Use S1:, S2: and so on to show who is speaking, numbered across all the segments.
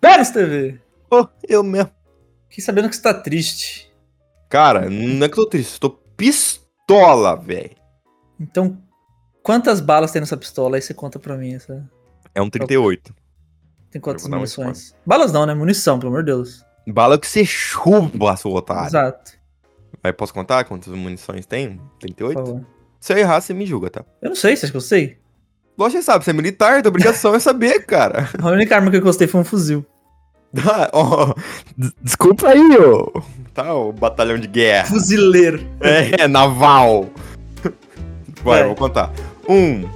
S1: Carlos TV,
S2: Pô, eu mesmo.
S1: fiquei sabendo que você tá triste.
S2: Cara, não é que eu tô triste, eu tô pistola, velho.
S1: Então, quantas balas tem nessa pistola? Aí você conta pra mim. Essa...
S2: É um 38.
S1: Tem quantas
S2: Eu vou dar um
S1: munições? Balas não, né? Munição, pelo amor de Deus.
S2: Bala é que você chupa, seu otário.
S1: Exato.
S2: Aí posso contar quantas munições tem?
S1: Por
S2: 38?
S1: favor.
S2: Se eu errar, você me julga, tá?
S1: Eu não sei, você acha que eu sei?
S2: Lógico que você sabe, você é militar, tua obrigação é saber, cara.
S1: A única arma que eu gostei foi um fuzil.
S2: Ah, ó, des- desculpa aí, ô. Tá, o batalhão de guerra.
S1: Fuzileiro.
S2: É, naval. Vai,
S1: Vai.
S2: eu vou contar. Um,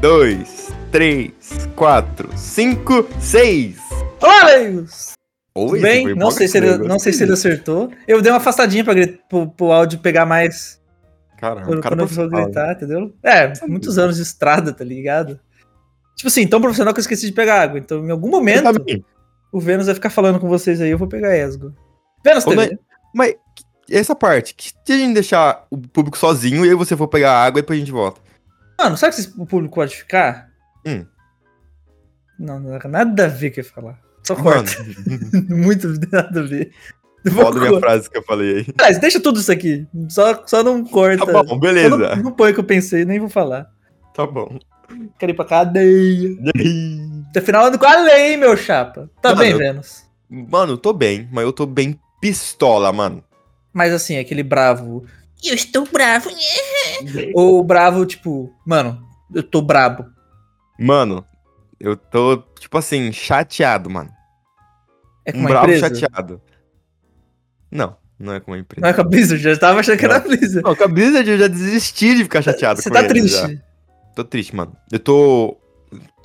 S2: dois, três, quatro, cinco, seis.
S1: Olá, amigos!
S2: Oi,
S1: Tudo
S2: você
S1: bem?
S2: foi
S1: Não sei, se
S2: bom,
S1: ele,
S2: eu
S1: não sei se
S2: gostei.
S1: ele acertou. Eu dei uma afastadinha pra, gri- pro, pro áudio pegar mais
S2: Cara, um
S1: quando,
S2: cara
S1: quando eu vou
S2: profissional.
S1: gritar, entendeu? É, muitos anos de estrada, tá ligado? Tipo assim, tão profissional que eu esqueci de pegar água. Então, em algum
S2: Você
S1: momento,
S2: tá bem.
S1: o Vênus vai ficar falando com vocês aí, eu vou pegar Esgo. Vênus
S2: Ô,
S1: TV,
S2: Mas que- essa parte, que se a gente deixar o público sozinho e aí você for pegar água e depois a gente volta.
S1: mano, sabe o que esse- o público pode ficar?
S2: Hum.
S1: Não, não, nada a ver o que eu ia falar. Só
S2: Mano,
S1: corta. Muito nada a ver. Vou
S2: foda minha
S1: cor-
S2: frase que eu falei aí.
S1: Aliás, deixa tudo isso aqui. Só, só não corta.
S2: Tá bom,
S1: Só Não,
S2: beleza.
S1: não põe o que eu pensei, nem vou falar.
S2: Tá bom.
S1: Quero ir pra cadeia. Até final do qual é, hein, meu chapa? Tá
S2: Mano,
S1: bem,
S2: eu-
S1: Vênus.
S2: Mano, eu tô bem, mas eu tô bem pistola, mano.
S1: Mas assim, aquele bravo. Eu estou bravo. Ou o bravo, tipo, mano, eu tô brabo.
S2: Mano, eu tô, tipo assim, chateado, mano.
S1: É com
S2: Um
S1: uma
S2: bravo
S1: empresa?
S2: chateado. Não, não é com uma empresa.
S1: Não é com a Blizzard, já tava achando que era a Blizzard.
S2: Não, com a Blizzard eu já desisti de ficar chateado
S1: Você
S2: com
S1: tá
S2: eles, já.
S1: triste.
S2: Tô triste, mano. Eu tô...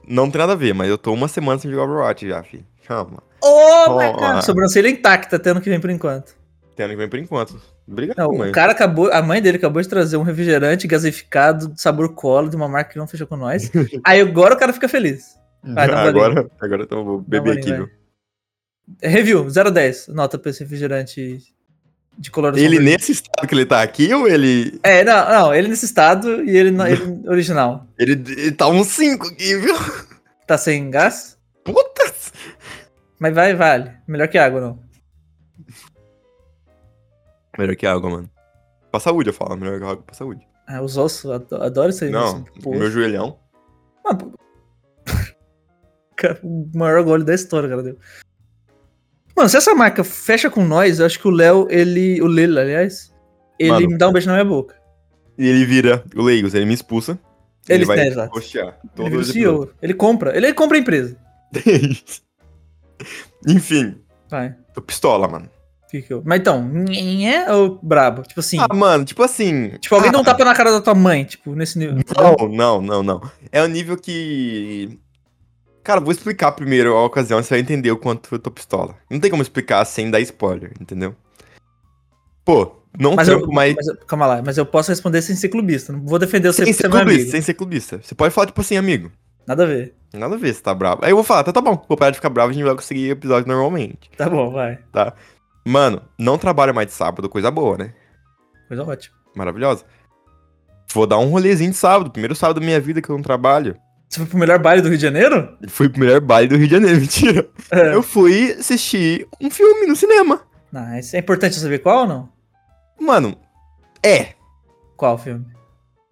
S2: Não tem nada a ver, mas eu tô uma semana sem jogar Overwatch já, filho. Chama.
S1: Ô,
S2: Toma.
S1: cara, sobrancelha intacta até ano que vem por enquanto.
S2: Tem ano que vem por enquanto. Obrigado,
S1: Não,
S2: mãe.
S1: o cara acabou, a mãe dele acabou de trazer um refrigerante gasificado, sabor cola, de uma marca que não fechou com nós. Aí agora o cara fica feliz. Vai, dá um
S2: Ah, agora, agora eu vou beber
S1: bolinho,
S2: aqui,
S1: vai.
S2: viu?
S1: Review, 010, nota pra esse refrigerante de coloração.
S2: Ele
S1: verde.
S2: nesse estado que ele tá aqui ou ele...
S1: É, não, não, ele nesse estado e ele, no- ele original.
S2: Ele, ele tá um 5 aqui, viu?
S1: Tá sem gás,
S2: Puta...
S1: mas vai, vale. Melhor que água, não.
S2: Melhor que água, mano. Pra saúde, eu falo. Melhor que água pra saúde.
S1: Ah, os ossos, ado- adoro isso aí.
S2: Não,
S1: osso, pô.
S2: meu joelhão.
S1: Ah, pô. Cara, o maior gole da história, cara. Deu. Mano, se essa marca fecha com nós, eu acho que o Léo, ele. O Lelo, aliás, ele
S2: Mano.
S1: me dá um beijo na minha boca.
S2: E ele vira o Leigos, ele me expulsa.
S1: Ele
S2: vai
S1: é, exato.
S2: roxear.
S1: Ele,
S2: Todo
S1: vira o
S2: esse
S1: CEO, ele compra. Ele compra a empresa.
S2: episódio. Enfim,
S1: Vai.
S2: tô pistola, mano.
S1: Fica eu. Mas então, é ou brabo? Tipo assim.
S2: Ah, mano, tipo assim.
S1: Tipo, alguém
S2: ah,
S1: dá um tapa na cara da tua mãe, tipo, nesse nível.
S2: Não, não, não, não. É um nível que. Cara, vou explicar primeiro a ocasião, você vai entender o quanto eu tô pistola. Não tem como explicar sem dar spoiler, entendeu? Pô, não
S1: Mas eu-
S2: trampo, mas.
S1: Mas eu- calma lá, mas eu posso responder sem ser clubista. Não vou defender você porque
S2: Sem
S1: você
S2: ser
S1: é meu
S2: clubista,
S1: amigo.
S2: sem ser clubista. Você pode falar, tipo assim, amigo.
S1: Nada a ver.
S2: Nada a ver se tá bravo. Aí eu vou falar, tá, tá bom, vou parar de ficar bravo, a gente vai conseguir o episódio normalmente.
S1: Tá bom, vai.
S2: Mano, não trabalha mais de sábado, coisa boa, né?
S1: Coisa ótima.
S2: Maravilhosa. Vou dar um rolezinho de sábado, primeiro sábado da minha vida que eu não trabalho.
S1: Você foi pro melhor baile do Rio de Janeiro?
S2: Fui pro melhor baile do Rio de Janeiro, mentira.
S1: É.
S2: Eu fui assistir um filme no cinema.
S1: Nice. É importante eu saber qual ou não?
S2: Mano, é,
S1: Qual filme?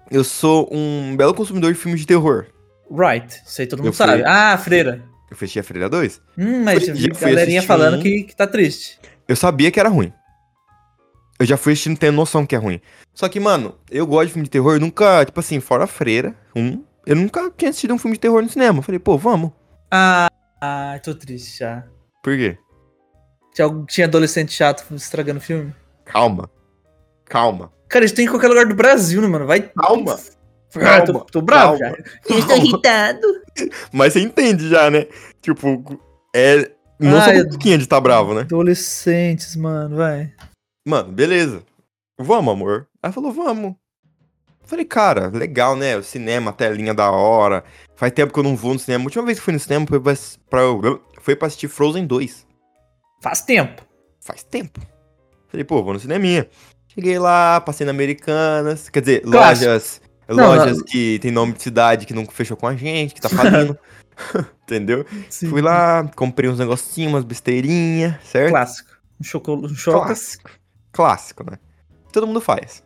S2: eu sou um belo consumidor de filmes de terror.
S1: Right. Isso aí todo mundo
S2: Eu fui-
S1: sabe. Ah, Freira.
S2: Eu fechei a Freira 2.
S1: Hum, mas
S2: Fui-
S1: eu
S2: já
S1: vi
S2: fui
S1: galerinha
S2: assistir
S1: falando
S2: um.
S1: que, que tá triste.
S2: Eu sabia que era ruim. Eu já fui assistindo tendo noção que é ruim. Só que, mano, eu gosto de filme de terror, eu nunca, tipo assim, fora Freira, um, eu nunca tinha assistido um filme de terror no cinema. Eu falei, pô, vamos.
S1: Ah, ah, tô triste já.
S2: Por quê?
S1: Tinha, algum- tinha adolescente chato estragando o filme?
S2: Calma. Calma.
S1: Cara, isso tem em qualquer lugar do Brasil, né, mano? Vai.
S2: Calma.
S1: Ah, tô,
S2: Calma.
S1: tô bravo
S2: Calma.
S1: já. Eu estou irritado.
S2: Mas você entende já, né? Tipo, é. Não
S1: Ah,
S2: só
S1: eu-
S2: um pouquinho de tá bravo, né?
S1: Adolescentes, mano, vai.
S2: Mano, beleza. Vamos, amor. Aí falou, vamos. Eu Falei, cara, legal, né? O cinema, a telinha da hora. Faz tempo que eu não vou no cinema. A última vez que eu fui no cinema foi pra, pra- foi pra assistir Frozen 2.
S1: Faz tempo.
S2: Faz tempo. Falei, pô, vou no cineminha. Cheguei lá, passei na Americanas. Quer dizer,
S1: Clássico.
S2: lojas.
S1: Não,
S2: lojas que tem nome de cidade que não fechou com a gente, que tá falindo. Entendeu?
S1: Sim.
S2: Fui lá, comprei uns negocinhos, umas besteirinhas, certo?
S1: Clássico. Um chocolate. Um chocas.
S2: Clássico. Clássico, né? Todo mundo faz.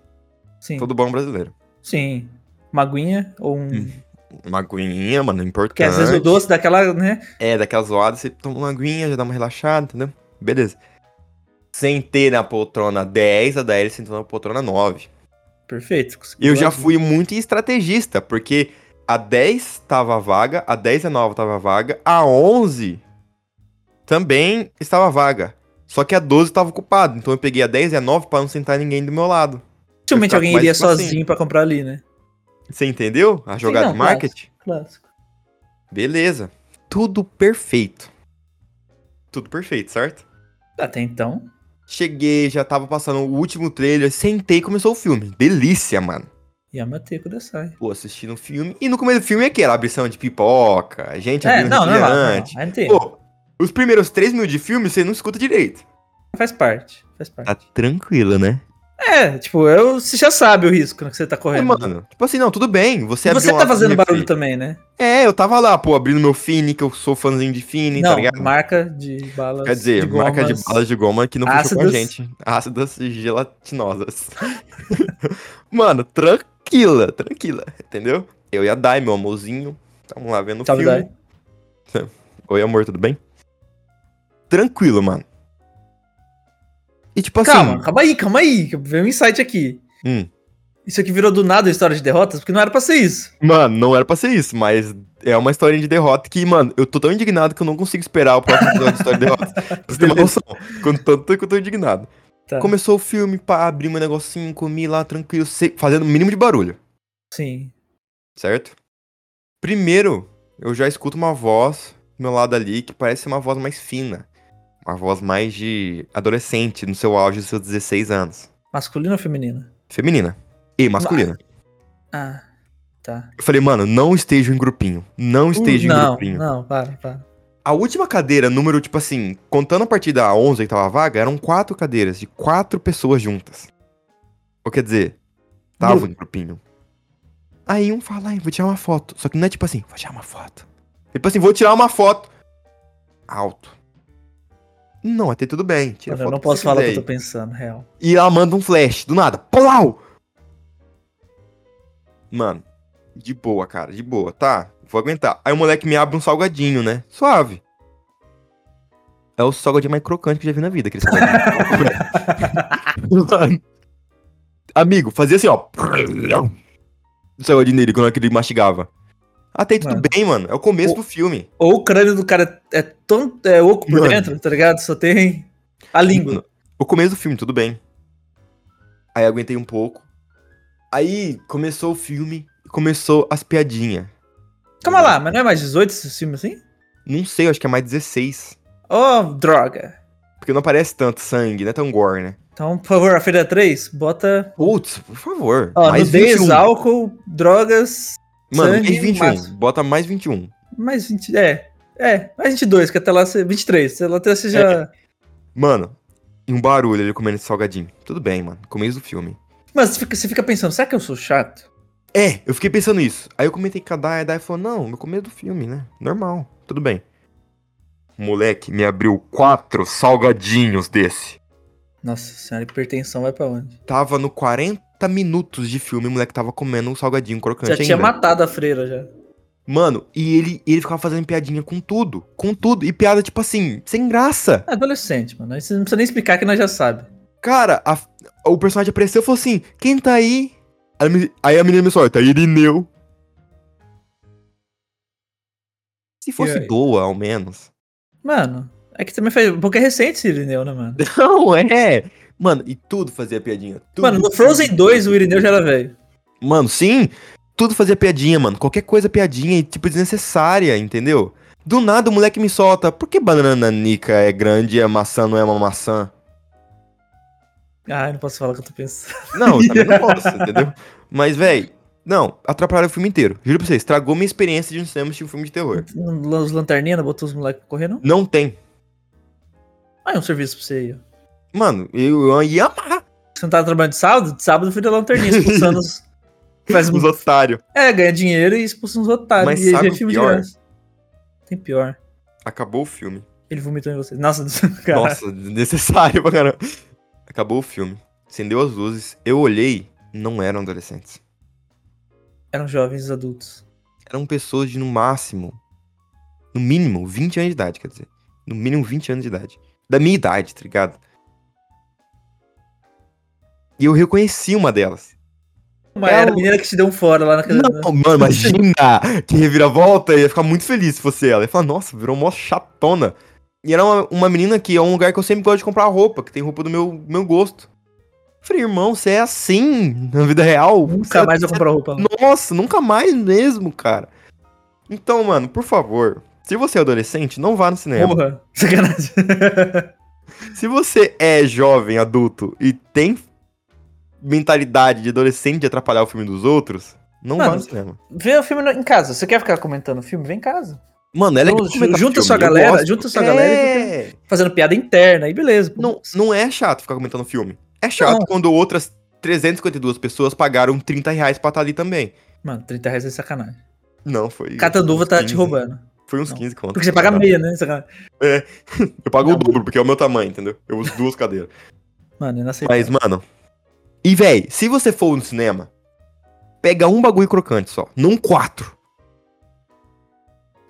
S1: Sim.
S2: Todo bom brasileiro.
S1: Sim. Uma aguinha ou um.
S2: Uma aguinha, mano, é importante.
S1: Porque às vezes o doce daquela, né?
S2: É, daquela zoada, você toma uma aguinha, já dá uma relaxada, entendeu? Beleza. Sentei na poltrona 10, a da Ellie sentou na poltrona 9.
S1: Perfeito. conseguiu
S2: Eu já
S1: a-
S2: fui muito estrategista, porque a 10 tava vaga, a 10 e a 9 tava vaga, a 11 também estava vaga. Só que a 12 tava ocupada, então eu peguei a 10 e a 9 pra não sentar ninguém do meu lado.
S1: Dificilmente
S2: eu
S1: alguém
S2: tava mais
S1: iria
S2: tipo assim.
S1: sozinho pra comprar ali, né?
S2: Você entendeu a jogada
S1: não,
S2: de
S1: claro.
S2: marketing?
S1: Clássico.
S2: Beleza. Tudo perfeito. Tudo perfeito, certo?
S1: Até então.
S2: Cheguei, já tava passando o último trailer, sentei e começou o filme. Delícia, mano.
S1: Yamatei Kudasai.
S2: Pô, assistindo um filme. E no começo do filme é aquela abrição de pipoca, gente
S1: É,
S2: abrindo
S1: não, não é lá. Não,
S2: refrigerante.
S1: não. Aí não tem.
S2: Pô, os primeiros três minutos de filme você não escuta direito.
S1: Faz parte. Faz parte.
S2: Tá tranquilo, né?
S1: É, tipo, eu, você já sabe o risco que você tá
S2: É,
S1: correndo.
S2: mano, tipo assim, não, tudo bem. Você,
S1: E você
S2: abriu
S1: tá
S2: uma-
S1: fazendo
S2: minha
S1: barulho
S2: fi-
S1: também, né?
S2: É, eu tava lá, pô, abrindo meu Fini, que eu sou fãzinho de Fini, tá
S1: não,
S2: ligado?
S1: marca de balas.
S2: Quer dizer,
S1: de
S2: marca de
S1: gomas.
S2: balas de goma que não fechou com a
S1: ácidas.
S2: gente. Ácidas e gelatinosas. Mano, tranquila, tranquila, entendeu? Eu e a Dai, meu amorzinho, tamo lá vendo o
S1: Salve,
S2: filme. Tipo
S1: Dai.
S2: Oi, amor, tudo bem? Tranquilo, mano. E tipo assim,
S1: Calma, calma aí, calma aí. que Veio um insight aqui.
S2: Hum.
S1: Isso aqui virou do nada a história de derrotas, porque não era pra ser isso.
S2: mano, não era pra ser isso, mas é uma historinha de derrota que, mano, eu tô tão indignado que eu não consigo esperar o próximo episódio de história de derrota. Pra você ter uma noção, com tanto que eu tô indignado.
S1: Tá.
S2: Começou o filme, pá, abri meu negocinho, comi lá, tranquilo, se- fazendo o mínimo de barulho,
S1: Sim.
S2: certo? Primeiro, eu já escuto uma voz do meu lado ali que parece ser uma voz mais fina. Uma voz mais de adolescente, no seu auge dos seus 16 anos.
S1: Masculino ou feminino?
S2: Feminina. E masculina.
S1: Ah, tá.
S2: Eu falei, mano, não esteja em grupinho. Não esteja em
S1: não,
S2: grupinho.
S1: não, para, para.
S2: A última cadeira, número, tipo assim, contando a partir da 11 que tava vaga, eram quatro cadeiras de quatro pessoas juntas. Ou quer dizer, tava em grupinho. Aí um fala, "Ai, vou tirar uma foto. Só que não é tipo assim, vou tirar uma foto. É Tipo assim, vou tirar uma foto. Alto. Não, até tudo bem. Tira a
S1: Mano, eu
S2: foto
S1: não
S2: que você
S1: posso falar o que
S2: quiser
S1: eu
S2: aí.
S1: tô pensando, real.
S2: E ela manda um flash, do nada. Plau! Mano, de boa, cara, de boa, tá? Vou aguentar. Aí o moleque me abre um salgadinho, né? Suave. É o salgadinho mais crocante que eu já vi na vida, aquele salgadinho. Mano. Amigo, fazia assim, ó. O salgadinho dele, quando ele mastigava. Até aí tudo
S1: Mano.
S2: bem, mano. É o começo
S1: O-
S2: do filme.
S1: Ou o crânio do cara é tão é oco por
S2: Mano.
S1: dentro, tá ligado? Só tem a língua.
S2: Mano, Uhum. O começo do filme, tudo bem. Aí aguentei um pouco. Aí começou o filme, começou as piadinhas.
S1: Calma lá, mas não é mais 18 esse filme assim?
S2: Não sei, eu acho que é mais 16.
S1: Oh, droga.
S2: Porque não aparece tanto sangue, não é tão gore, né?
S1: Então, por favor, a Feira 3, bota.
S2: Putz, por favor.
S1: Ó,
S2: mais um.
S1: nudez, álcool, drogas.
S2: Mano,
S1: sangue,
S2: mais 21.
S1: máximo.
S2: Bota mais 21.
S1: Mais 20. É. É, mais 22, que até lá você. 23. Até lá você já.
S2: É. Mano, e um barulho ele comendo esse salgadinho. Tudo bem, mano. Começo do filme.
S1: Mas você fica, você fica pensando, será que eu sou chato?
S2: É, eu fiquei pensando nisso. Aí eu comentei com a Dai, a Dai falou, não, no começo do filme, né? Normal, tudo bem. O moleque me abriu quatro salgadinhos desse.
S1: Nossa senhora, hipertensão vai pra onde?
S2: Tava no 40 minutos de filme, o moleque tava comendo um salgadinho crocante
S1: Já tinha
S2: ainda.
S1: matado a freira já.
S2: Mano, e ele, ele ficava fazendo piadinha com tudo, com tudo. E piada, tipo assim, sem graça.
S1: É Adolescente, mano. Aí Você não precisa nem explicar que nós já sabe.
S2: Cara, a- o personagem apareceu e falou assim, quem tá aí? Aí, a meni- aí a menina me solta, Irineu. Se fosse
S1: aí?
S2: boa, ao menos.
S1: Mano, é que também faz. Porque é recente esse Irineu, né, mano?
S2: Não, é. Mano, e tudo fazia piadinha. Tudo,
S1: Mano, no Frozen 2 o Irineu já era velho.
S2: Mano, sim. Tudo fazia piadinha, mano. Qualquer coisa piadinha, e, tipo, desnecessária, entendeu? Do nada o moleque me solta. Por que banana nica é grande e a maçã não é uma maçã?
S1: Ai, não posso falar o que eu tô pensando.
S2: Não, é eu também não posso, entendeu? Mas, velho, não, atrapalharam o filme inteiro. Juro pra vocês, estragou minha experiência de um cinema assistir um filme de terror.
S1: Os lanterninhas, não botou os moleques pra correr, não?
S2: Não tem.
S1: Ah, é um serviço pra você aí. ó.
S2: Mano, eu, eu ia amar
S1: Você não tava trabalhando de sábado? De sábado eu fui da lanterninha, expulsando os. Faz um-
S2: os otários.
S1: É, ganha dinheiro e expulsa uns otários.
S2: Mas
S1: e aí
S2: sabe
S1: vê
S2: o pior?
S1: criança. tem pior.
S2: Acabou o filme.
S1: Ele vomitou em você. Nossa, cara.
S2: Nossa, desnecessário pra caramba. Acabou o filme. Acendeu as luzes. Eu olhei, não eram adolescentes.
S1: Eram jovens adultos.
S2: Eram pessoas de no máximo, no mínimo, 20 anos de idade, quer dizer. No mínimo 20 anos de idade. Da minha idade, tá ligado? E eu reconheci uma delas.
S1: Mas era
S2: É
S1: a
S2: o-
S1: menina que te deu um fora lá naquela.
S2: Não, mano, imagina! Que reviravolta, eu ia ficar muito feliz se fosse ela. Eu ia falar, nossa, virou mó chatona. E era uma, uma menina que é um lugar que eu sempre gosto de comprar roupa, que tem roupa do meu, meu gosto. Eu falei, irmão, você é assim na vida real? Você
S1: Nunca
S2: é-
S1: mais eu comprar roupa. lá.
S2: Nossa, nunca mais mesmo, cara. Então, mano, por favor, se você é adolescente, não vá no cinema.
S1: Porra. Sacanagem.
S2: Se você é jovem, adulto e tem mentalidade de adolescente de atrapalhar o filme dos outros, não
S1: Mano,
S2: vá no cinema.
S1: Vê o filme em casa. Você quer ficar comentando o filme? Vem em casa.
S2: Mano, é
S1: não,
S2: legal.
S1: ju-
S2: comentar
S1: Então, junta
S2: filme,
S1: sua
S2: eu
S1: galera-
S2: gosto.
S1: junta sua galera e
S2: É.
S1: Fazendo piada interna. Aí beleza. pô.
S2: Não, não é chato ficar comentando filme. É chato
S1: Não.
S2: quando outras 352 pessoas pagaram 30 reais pra estar ali também.
S1: Mano, 30 reais é sacanagem.
S2: Não, foi.
S1: Catanduva
S2: uns
S1: tá
S2: 15,
S1: te roubando.
S2: Foi uns
S1: Não.
S2: 15 conto.
S1: Porque você paga meia, né? Sacanagem.
S2: Eu pago
S1: Não.
S2: o dobro, porque é o meu tamanho, entendeu? Eu uso duas cadeiras.
S1: Mano, eu não aceito.
S2: Mas, mano. E, véi, se você for no cinema, pega um bagulho crocante só. Não quatro.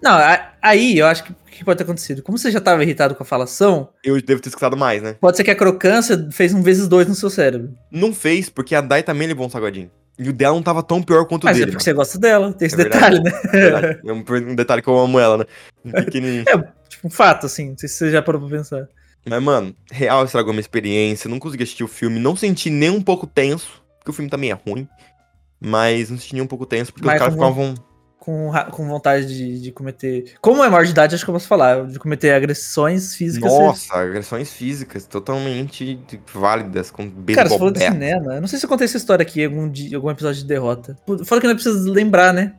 S1: Não, a- aí eu acho que o que pode ter acontecido? Como você já tava irritado com a falação,
S2: Eu devo ter escutado mais, né?
S1: pode ser que a crocância fez um vezes dois no seu cérebro.
S2: Não fez, porque a Dai também levou um saguadinho. E o dela não tava tão pior quanto o
S1: Mas é
S2: dele.
S1: porque
S2: mano.
S1: você gosta dela, tem esse
S2: É
S1: detalhe, né?
S2: Verdade. É um um detalhe que eu amo ela, né? Pequenininho.
S1: Tipo, um fato, assim. Não sei se você já parou pra pensar.
S2: Mas, mano, real estragou minha experiência. Não consegui assistir o filme. Não senti nem um pouco tenso. Porque o filme também é ruim. Mas não senti nem um pouco tenso. Porque
S1: Mas
S2: os caras
S1: como-
S2: ficavam.
S1: Com, ra- com vontade de, de cometer. Como é maior de idade, acho que eu posso falar. De cometer agressões físicas.
S2: Nossa, agressões físicas totalmente válidas. Com
S1: você- Cara, você falou de
S2: beisebol bat.
S1: cinema. Eu não sei se eu contei essa história aqui em algum, dia, em algum episódio de derrota. Pô, Fora que não precisa lembrar, né?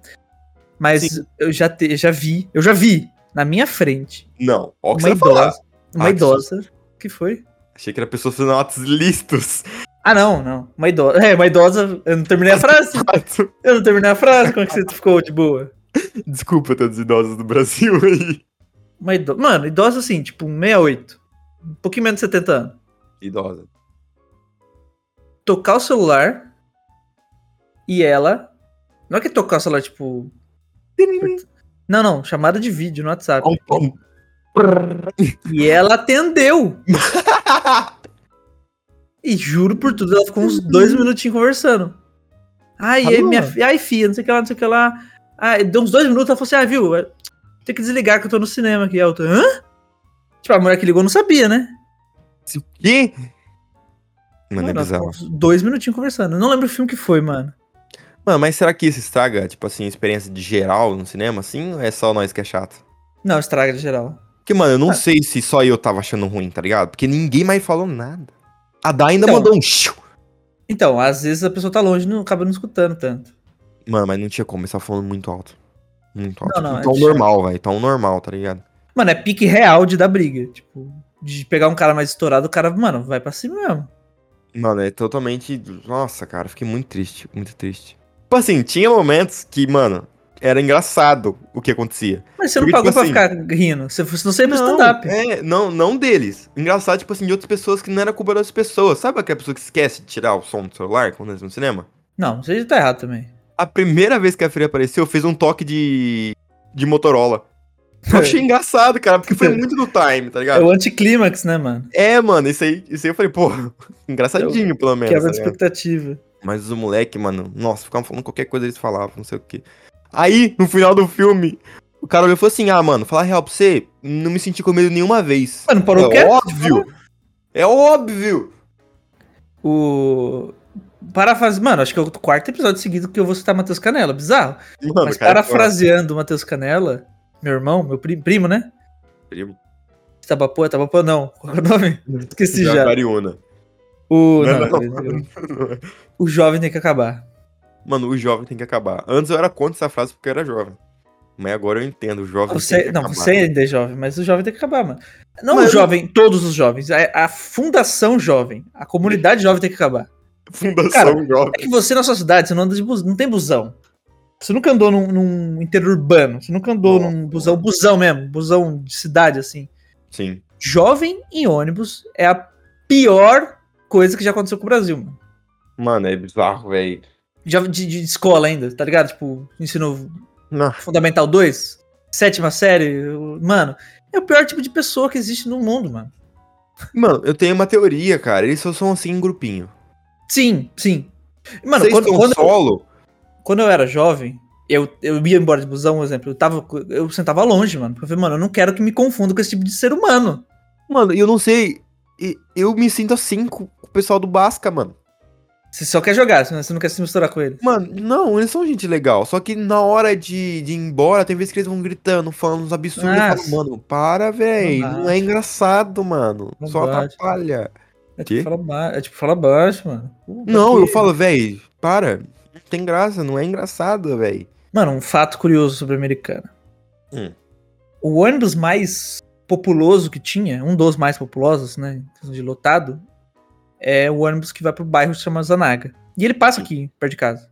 S1: Mas eu já, te- eu já vi. Eu já vi na minha frente
S2: Não, ó, o que
S1: uma
S2: você vai falar.
S1: idosa. Uma
S2: Ah, que
S1: idosa. que foi?
S2: Achei que era pessoa fazendo atos listos.
S1: Ah, não, não. Uma idosa. É, uma idosa. Eu não terminei a frase. Eu não terminei a frase. Como é que você ficou de boa?
S2: Desculpa, todos os idosos do Brasil aí.
S1: Uma idosa. Mano, idosa assim, tipo, 68. Um pouquinho menos de 70 anos.
S2: Idosa.
S1: Tocar o celular. E ela. Não é que tocar o celular, tipo. Não, não. Chamada de vídeo no WhatsApp.
S2: um-
S1: E ela atendeu. E juro por tudo, ela ficou uns dois
S2: Uhum.
S1: minutinhos conversando. Ai,
S2: Alô?
S1: aí minha filha, ai, filha, não sei o que lá, não sei o que lá. Ai, deu uns dois minutos, ela falou assim: ah, viu, é, tem que desligar que eu tô no cinema aqui. Aí Eu tô, hã? Tipo, a mulher que ligou não sabia, né?
S2: O quê? Mano, é
S1: ela
S2: bizarro.
S1: ficou uns dois minutinhos conversando. Eu não lembro o filme que foi, mano.
S2: Mano, mas será que isso estraga, tipo assim, a experiência de geral no cinema, assim? Ou é só nós que é chato?
S1: Não, estraga de geral.
S2: Porque, mano, eu não
S1: Ah.
S2: sei se só eu tava achando ruim, tá ligado? Porque ninguém mais falou nada. A Dai ainda
S1: Então.
S2: mandou um shiu.
S1: Então, às vezes a pessoa tá longe e não acaba não escutando tanto.
S2: Mano, mas não tinha como, eles tava falando muito alto. Muito alto.
S1: não, é
S2: então,
S1: chato.
S2: normal, velho. Então, normal, tá ligado?
S1: Mano, é pique real de dar briga. Tipo, de pegar um cara mais estourado, o cara, mano, vai pra cima mesmo.
S2: Mano, é totalmente. Nossa, cara, fiquei muito triste, muito triste. Tipo assim, tinha momentos que, mano, era engraçado o que acontecia.
S1: Mas você não pagou
S2: Porque, tipo
S1: pra ficar rindo. Você você não sempre stand-up.
S2: É, não, não deles. Engraçado, tipo assim, de outras pessoas que não era culpa das pessoas. Sabe aquela pessoa que esquece de tirar o som do celular quando eles vão no cinema?
S1: Não, você tá errado também.
S2: A primeira vez que a Freya apareceu, fez um toque de. de Motorola. Eu achei engraçado, cara, porque foi muito do time, tá
S1: É
S2: ligado?
S1: o anticlímax, né, mano?
S2: É, mano, isso aí, isso aí eu falei, pô, engraçadinho, pelo menos.
S1: Quebra
S2: tá
S1: de
S2: ligado?
S1: expectativa.
S2: Mas os moleque, mano, nossa, ficavam falando qualquer coisa eles falavam, não sei o quê. Aí, no final do filme, o cara olhou e falou assim: ah, mano, falar a real pra você, não me senti com medo nenhuma vez.
S1: Mano, parou
S2: é
S1: quieto,
S2: óbvio! É óbvio!
S1: O. Parafrase. Mano, acho que é o quarto episódio seguido que eu vou citar Matheus Canela. Bizarro.
S2: Mano,
S1: Mas
S2: cara,
S1: parafraseando o Matheus Canela, meu irmão, meu pri- primo, né?
S2: primo.
S1: Tabapô, é Tabapô, não. Qual é o nome? Esqueci
S2: Já
S1: já.
S2: Cariúna.
S1: O.
S2: Não,
S1: não, O jovem tem que acabar.
S2: Mano, o jovem tem que acabar. Antes eu era contra essa frase porque eu era jovem. Mas agora eu entendo, o jovem tem
S1: Você,
S2: que
S1: não,
S2: acabar.
S1: você ainda é jovem, mas o jovem tem que acabar, mano. Não
S2: Mas
S1: o
S2: eu-
S1: jovem, todos os jovens. é A, a fundação jovem. A comunidade jovem tem que acabar.
S2: Fundação
S1: Cara,
S2: jovem.
S1: É que você na sua cidade, você não anda de bus... não tem busão. Você nunca andou num, num interurbano, você nunca andou
S2: Nossa.
S1: num busão, busão mesmo, busão de cidade assim.
S2: Sim.
S1: Jovem em ônibus é a pior coisa que já aconteceu com o Brasil, mano.
S2: Mano, é bizarro, velho.
S1: Já de, de escola ainda, tá ligado? Tipo, ensino
S2: Não.
S1: fundamental 2, sétima série, eu- mano, é o pior tipo de pessoa que existe no mundo, mano.
S2: Mano, eu tenho uma teoria, cara. Eles só são assim em grupinho.
S1: Sim, sim. Mano,
S2: Mano, Vocês
S1: quando,
S2: estão
S1: quando,
S2: solo?
S1: quando eu era jovem, eu, eu ia embora de busão, por exemplo, eu, tava, co- eu sentava longe, mano. Porque eu falei, mano, eu não quero que me confunda com esse tipo de ser humano.
S2: Mano, eu não sei. E- Eu me sinto assim com com o pessoal do Basca, mano.
S1: Você só quer jogar, você não quer se misturar com ele.
S2: Mano, não, eles são gente legal. Só que na hora de, de ir embora, tem vezes que eles vão gritando, falando uns absurdos. Eu
S1: Nossa.
S2: falo, mano, para, velho.
S1: Não
S2: Não,
S1: bate.
S2: é engraçado, mano.
S1: Não
S2: Só
S1: bate.
S2: atrapalha.
S1: É
S2: Quê?
S1: tipo, fala baixo, é tipo, fala baixo, mano. Puta
S2: Não,
S1: que-
S2: eu falo, velho, para. Não tem graça, não é engraçado, velho.
S1: Mano, um fato curioso sobre a americana.
S2: Hum.
S1: O ônibus mais populoso que tinha, um dos mais populosos, né? em questão De lotado, é o ônibus que vai pro bairro que se chama Zanaga. E ele passa aqui, perto de casa.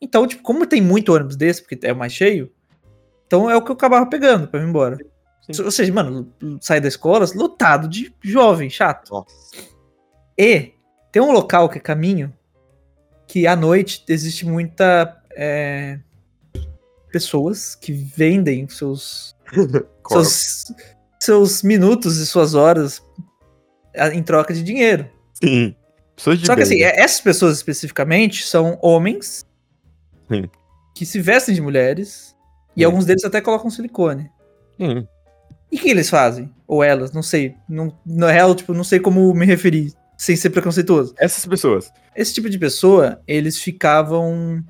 S1: Então, tipo, como tem muito ônibus desse, porque é o mais cheio, então é o que eu acabava pegando pra ir embora.
S2: Sim.
S1: Ou seja, mano, sair da escola lotado de jovem, chato.
S2: Nossa.
S1: E tem um local que é caminho que à noite existe muita é, pessoas que vendem seus seus, seus minutos e suas horas a- em troca de dinheiro.
S2: Sim. Pessoas de
S1: Só que assim,
S2: bem.
S1: é- essas pessoas especificamente são homens
S2: Sim.
S1: que se vestem de mulheres e
S2: Sim.
S1: alguns deles até colocam silicone.
S2: Hum.
S1: E o que eles fazem? Ou elas, não sei. Não, na real, tipo, não sei como me referir sem ser preconceituoso.
S2: Essas pessoas.
S1: Esse tipo de pessoa, eles ficavam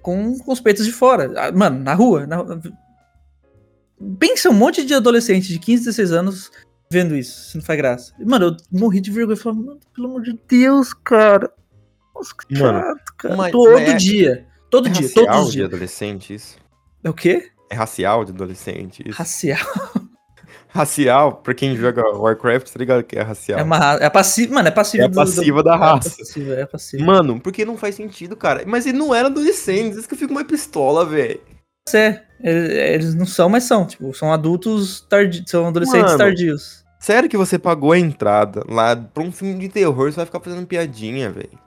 S1: com, com os peitos de fora. Ah, Mano, na rua. Na... Pensa um monte de adolescente de 15, 16 anos vendo isso. Isso não faz graça. Mano, eu morri de vergonha. Eu falava, mano, pelo amor de Deus, cara. Nossa, que
S2: Mano,
S1: chato, cara.
S2: mas-
S1: Todo
S2: mas é-
S1: dia. Todo
S2: É
S1: dia,
S2: racial
S1: todos os
S2: de
S1: dias.
S2: adolescente isso?
S1: É o quê?
S2: É racial de adolescente isso?
S1: Racial.
S2: Racial, pra quem joga Warcraft, tá ligado que é racial.
S1: É, uma, ra- é passiva. Mano, é passiva.
S2: É passiva da raça.
S1: É passiva, é passiva.
S2: Mano, porque não faz sentido, cara. Mas ele não era adolescente, isso que eu fico mais pistola, velho.
S1: É, ele- eles não são, mas são. Tipo, são adultos tardios, são adolescentes
S2: Mano.
S1: tardios.
S2: Sério que você pagou a entrada lá pra um filme de terror, você vai ficar fazendo piadinha, velho.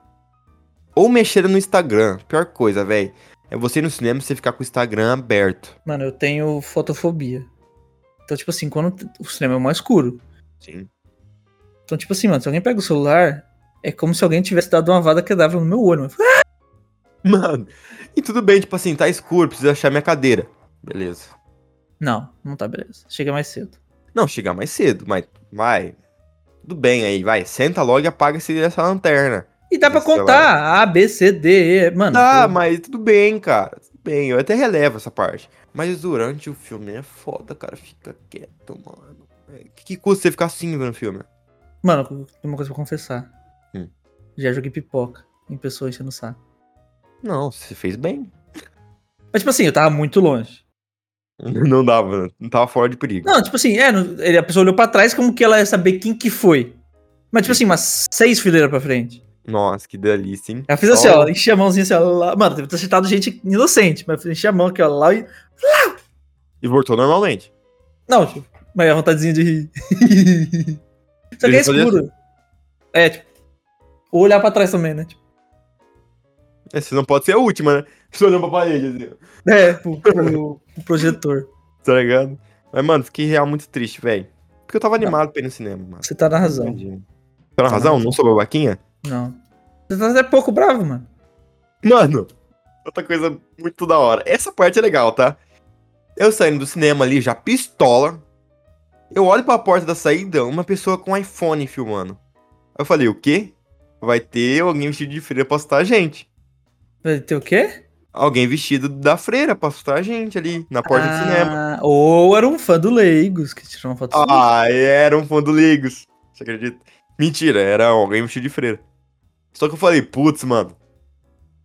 S2: Ou mexer no Instagram, pior coisa, velho. É você ir no cinema e você ficar com o Instagram aberto.
S1: Mano, eu tenho fotofobia. Então, tipo assim, quando t- o cinema é mó escuro.
S2: Sim.
S1: Então, tipo assim, mano, se alguém pega o celular, é como se alguém tivesse dado uma vada quedável no meu olho. mano.
S2: Mano, e tudo bem, tipo assim, tá escuro, preciso achar minha cadeira. Beleza.
S1: Não, não tá beleza. Chega mais cedo.
S2: Não, chegar mais cedo, mas vai. Tudo bem aí, vai. Senta logo e apaga esse- essa lanterna.
S1: E dá pra
S2: Esse
S1: contar A, B, C, D, E. Mano,
S2: Tá,
S1: eu-
S2: mas tudo bem, cara. Tudo bem, eu até relevo essa parte. Mas durante o filme é foda, cara. Fica quieto, mano. É, Que, que custa você ficar assim vendo o filme?
S1: mano, eu tenho uma coisa pra confessar.
S2: Hum.
S1: Já joguei pipoca em pessoa enchendo o saco.
S2: Não, você fez bem.
S1: Mas, tipo assim, eu tava muito longe.
S2: Não dava, né? não tava fora de perigo.
S1: Não, tipo assim, é, não- ele- a pessoa olhou pra trás, como que ela ia saber quem que foi? Mas, tipo assim, umas seis fileiras pra frente.
S2: Nossa, que delícia, hein?
S1: Ela fez assim, ó, enchi a mãozinha assim, ó, lá. Mano, deve ter acertado gente inocente, mas enchi a mão aqui, ó, lá e.
S2: E voltou normalmente.
S1: Não, tipo, mas a vontadezinha de rir. Só que é
S2: Ele fazia
S1: escuro. É, tipo. Ou olhar pra trás também, né? Tipo,
S2: É, Você não pode ser a última, né? Você olhando pra parede, assim. ó.
S1: é, pro, pro- pro projetor.
S2: Tá ligado? Mas, mano, fiquei real muito triste, velho. Porque eu tava animado pra ir no cinema, mano.
S1: Você tá na razão.
S2: Entendi. Tá na razão? Não sou babaquinha?
S1: Não. Você tá até pouco bravo, mano.
S2: Mano, outra coisa muito da hora. Essa parte é legal, tá? Eu saindo do cinema ali, já pistola. Eu olho pra porta da saída, uma pessoa com iPhone filmando. Eu falei, o quê? Vai ter alguém vestido de freira pra assustar a gente.
S1: Vai ter o quê?
S2: Alguém vestido da freira pra assustar a gente ali, na porta do cinema.
S1: Ah, Ou era um fã do Leigos que tirou uma foto assim. sua.
S2: Ah, era um fundo Ligos. Você acredita? Mentira, era alguém vestido de freira. Só que eu falei, putz, mano,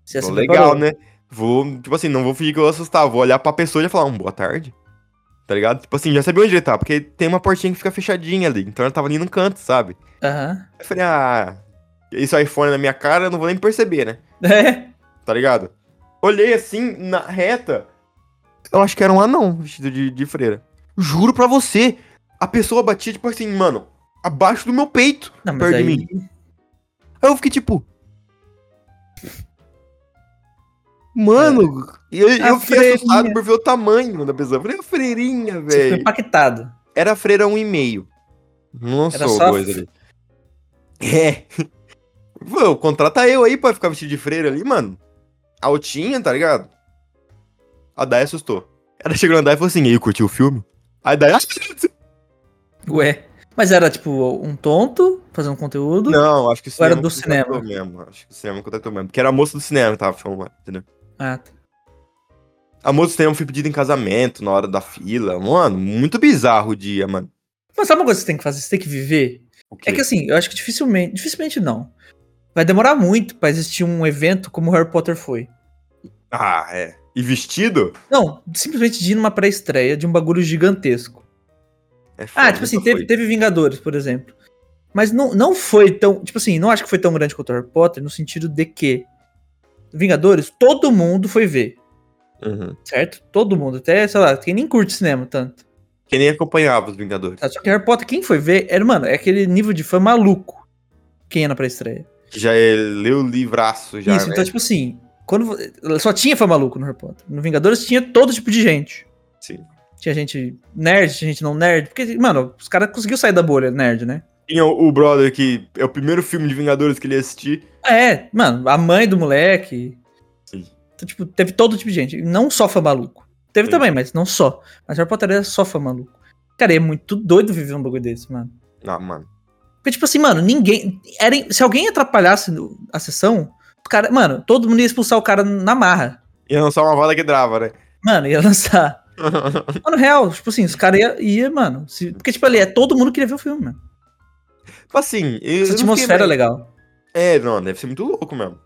S1: Você
S2: Tô
S1: se
S2: legal,
S1: preparou.
S2: né? Vou, tipo assim, não vou fingir que eu vou assustar, vou olhar pra pessoa e já falar, um boa tarde. Tá ligado? Tipo assim, já sabia onde ele tá, porque tem uma portinha que fica fechadinha ali, então ela tava ali no canto, sabe?
S1: Aham.
S2: Aí eu falei, é ah, esse iPhone na minha cara, eu não vou nem perceber, né?
S1: É.
S2: Tá ligado? Olhei assim, na reta. Eu acho que era um anão vestido de, de freira. Juro pra você. A pessoa batia, tipo assim, mano, abaixo do meu peito.
S1: Não, mas
S2: perto de
S1: aí-
S2: mim. Aí eu fiquei tipo. Mano, e eu,
S1: A
S2: eu fiquei
S1: É freirinha.
S2: assustado por ver o tamanho da pessoa. Eu Falei, a freirinha,
S1: Você ficou
S2: velho.
S1: impactado.
S2: Era a freira 1,5. Não
S1: Era
S2: sou
S1: só a
S2: dois
S1: fre-
S2: ali. É. Pô, contrata eu aí pra ficar vestido de freira ali, mano. Altinha, tá ligado? A Dai assustou. Ela chegou na Dai e falou assim: e aí, curtiu o filme? "Ah, Aí Dai.
S1: Ué. Mas era tipo um tonto fazendo conteúdo.
S2: Não, acho que o
S1: Ou era
S2: cinema
S1: do
S2: contratou mesmo. Acho que o cinema contratou mesmo. Porque era a moça do cinema que tava filmando, entendeu?
S1: Ah, tá.
S2: A moça do cinema foi pedida em casamento na hora da fila. Mano, muito bizarro o dia, mano.
S1: Mas sabe uma coisa que você tem que fazer? Você tem que viver.
S2: O quê?
S1: É que assim, eu acho que dificilmente. Dificilmente não. Vai demorar muito pra existir um evento como o Harry Potter foi.
S2: Ah, é. E vestido?
S1: Não, simplesmente de ir numa pré-estreia de um bagulho gigantesco.
S2: É
S1: Ah,
S2: foda,
S1: tipo assim,
S2: nunca
S1: teve,
S2: foi.
S1: teve Vingadores, por exemplo. Mas não, não foi tão. Tipo assim, não acho que foi tão grande quanto o Harry Potter, no sentido de que. Vingadores, todo mundo foi ver,
S2: Uhum.
S1: certo? Todo mundo. Até, sei lá, quem nem curte cinema tanto.
S2: Quem nem acompanhava os Vingadores.
S1: Tá? Só que Harry Potter, quem foi ver, era, mano, é aquele nível de fã maluco. Quem ia na pré-estreia.
S2: Que já é, leu o livraço já,
S1: Isso,
S2: né?
S1: então, tipo assim, quando. vo- Só tinha fã maluco no Harry Potter. No Vingadores tinha todo tipo de gente.
S2: Sim.
S1: Tinha gente nerd, tinha gente não nerd. Porque, mano, os caras conseguiu sair da bolha nerd, né?
S2: Tinha o o brother que é o primeiro filme de Vingadores que ele ia assistir.
S1: É, mano, a mãe do moleque.
S2: Sim.
S1: Então, tipo, teve todo tipo de gente. Não só fã maluco. Teve
S2: Sim.
S1: também, mas não só. Mas Harry Potter era só fã maluco. Cara, e é muito doido viver um bagulho desse, mano.
S2: Ah, mano.
S1: Porque, tipo assim, mano, ninguém. Era, se alguém atrapalhasse no- a sessão, o cara. Mano, todo mundo ia expulsar o cara na marra.
S2: Ia lançar uma roda que drava, né?
S1: Mano, ia lançar. Mano, real, tipo assim, os caras iam, ia, mano. se- porque, tipo, ali é todo mundo que queria ver o filme, mano.
S2: Tipo assim... eu- eu
S1: Essa
S2: não fiquei
S1: atmosfera é
S2: mais-
S1: legal.
S2: É, não, deve ser muito louco mesmo.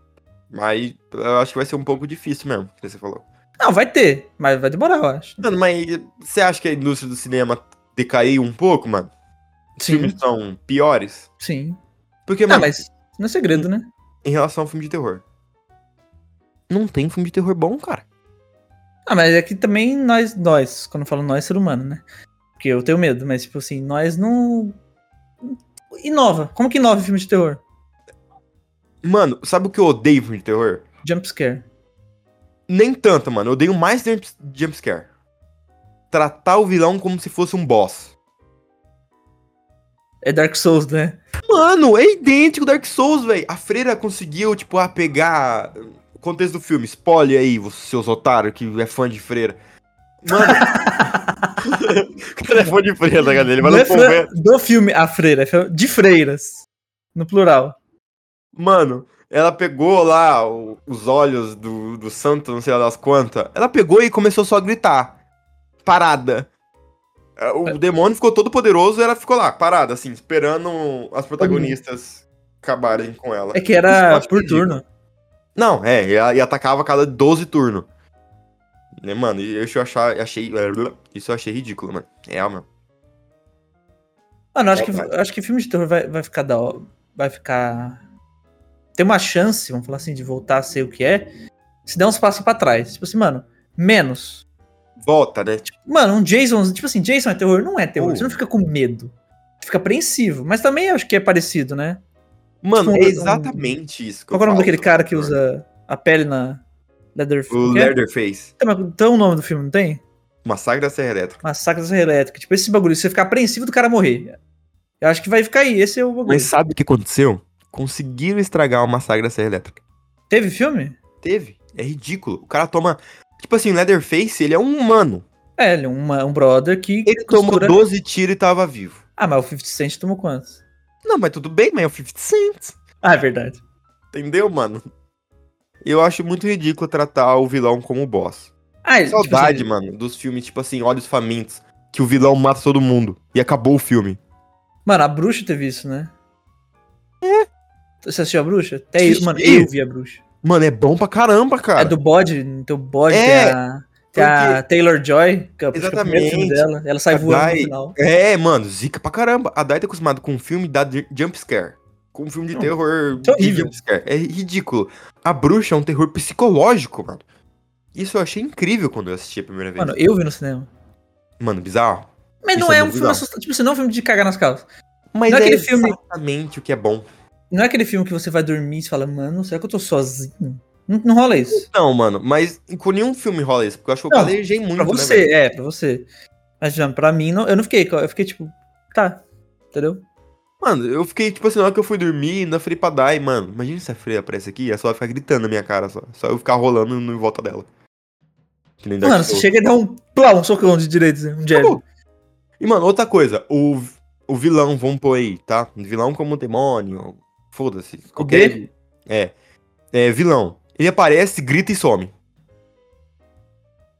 S2: Mas eu acho que vai ser um pouco difícil mesmo, que você falou.
S1: Não, vai ter, mas vai demorar, eu acho.
S2: Mano, mas você acha que a indústria do cinema decaiu um pouco, mano? Os
S1: Sim,
S2: filmes são piores?
S1: sim.
S2: Porque,
S1: Ah,
S2: mano,
S1: mas não é segredo, né?
S2: em relação ao filme de terror. Não tem filme de terror bom, cara.
S1: Ah, mas é que também nós, nós, quando eu falo nós, ser humano, né? Porque eu tenho medo, mas tipo assim, nós não. Inova. Como que inova em filme de terror?
S2: Mano, sabe o que eu odeio em filme de terror?
S1: Jumpscare.
S2: Nem tanto, mano. Eu odeio mais jump, jumpscare. Tratar o vilão como se fosse um boss.
S1: É Dark Souls, né?
S2: Mano, é idêntico Dark Souls, velho. A freira conseguiu, tipo, ah, pegar. O contexto do filme. Spoiler aí, vocês seus otários que é fã de freira. Mano. o cara é fã de freira, tá, cara? Ele vai
S1: Não
S2: no
S1: é fran-
S2: convento.
S1: do filme A Freira, é fran- de freiras. No plural.
S2: Mano, ela pegou lá o- os olhos do, do santo, não sei lá das quantas. Ela pegou e começou só a gritar. Parada. É, O demônio ficou todo poderoso e ela ficou lá, parada, assim, esperando as protagonistas acabarem com ela.
S1: É que
S2: Isso eu
S1: era
S2: acho
S1: por
S2: ridículo.
S1: turno.
S2: Não, é, e, a- e atacava a cada 12 turnos. Né, mano, e isso eu achar, achei. Isso eu achei ridículo, mano. Real, mano.
S1: Mano, eu Ah, acho que,
S2: É Verdade.
S1: eu acho que filme de terror vai, vai ficar da hora. Vai ficar. Tem uma chance, vamos falar assim, de voltar a ser o que é. Se der uns passos pra trás. Tipo assim, mano, menos.
S2: Volta, né? Tipo,
S1: Mano, um Jason, tipo assim, Jason é terror? Não é terror,
S2: Uh.
S1: você não fica com medo. Você fica apreensivo, mas também eu acho que é parecido, né?
S2: mano,
S1: tipo,
S2: é
S1: um-
S2: exatamente isso. Que
S1: Qual que é o nome
S2: falo
S1: daquele
S2: do
S1: cara que
S2: terror.
S1: usa a pele na Leatherface? é?
S2: O Leatherface.
S1: Tem o nome do filme, não tem?
S2: Massacre da Serra Elétrica.
S1: Massacre da Serra Elétrica. Tipo, esse bagulho, você ficar apreensivo do cara morrer. Eu acho que vai ficar aí, esse é o bagulho.
S2: Mas sabe o que aconteceu? Conseguiram estragar o Massacre da Serra Elétrica.
S1: Teve filme?
S2: Teve. É ridículo. O cara toma. Tipo assim, Leatherface, ele é um humano.
S1: É, ele é uma- um brother que
S2: Ele
S1: costura-
S2: tomou 12 tiros e tava vivo.
S1: Ah, mas o 50 Cent tomou quantos?
S2: Não, mas tudo bem, mas é o 50 Cent.
S1: Ah, é verdade.
S2: Entendeu, mano? Eu acho muito ridículo tratar o vilão como boss.
S1: Ah, ele, tipo
S2: Saudade,
S1: assim,
S2: mano, dos filmes, tipo assim, Olhos Famintos, que o vilão mata todo mundo e acabou o filme.
S1: Mano, a bruxa teve isso, né? É. Você assistiu a bruxa? Até eu, mano,
S2: Assisti.
S1: eu vi a bruxa.
S2: Mano, é bom pra caramba, cara.
S1: É do bode, então o bode
S2: É,
S1: tem a, tem a Taylor Joy, que é o acho que é o primeiro filme
S2: Exatamente.
S1: dela. Ela sai
S2: A
S1: voando no
S2: Dai-
S1: final.
S2: É, mano, zica pra caramba. A Dai tá acostumada com um filme da ju- jump scare. Com um filme de
S1: Não,
S2: terror
S1: isso é
S2: de
S1: horrível.
S2: jump scare. É ridículo. A bruxa é um terror psicológico, mano. Isso eu achei incrível quando eu assisti a primeira vez.
S1: Mano,
S2: Mano,
S1: eu vi no cinema.
S2: bizarro.
S1: Mas
S2: Isso
S1: não
S2: é
S1: é um
S2: muito
S1: filme
S2: bizarro.
S1: assustador. Tipo assim, não é um filme de cagar nas calças.
S2: Mas
S1: Não é
S2: é
S1: aquele filme-
S2: exatamente o que é bom.
S1: Não é aquele filme que você vai dormir e fala, mano, será que eu tô sozinho? Não, não rola isso.
S2: Não, mano, mas com nenhum filme rola isso, porque eu acho que eu
S1: Não,
S2: planejei muito,
S1: Pra
S2: né,
S1: você,
S2: velho?
S1: é, pra você. Mas já, pra mim, não, eu não fiquei. Eu fiquei tipo, tá. Entendeu?
S2: Mano, eu fiquei, tipo assim, na hora que eu fui dormir, ainda falei pra Dai, mano, imagina se a freia aparece aqui, é só ela ficar gritando na minha cara, só. Só eu ficar rolando em volta dela. Que Tá nem Dark
S1: mano, você
S2: Souls.
S1: chega e dá um plau, um socão de direito, um jab.
S2: Acabou. E, mano, outra coisa, o, o vilão, vamos pôr aí, tá? Vilão como demônio, foda-se. Qualquer.
S1: dele?
S2: É. É, vilão. Ele aparece, grita e some.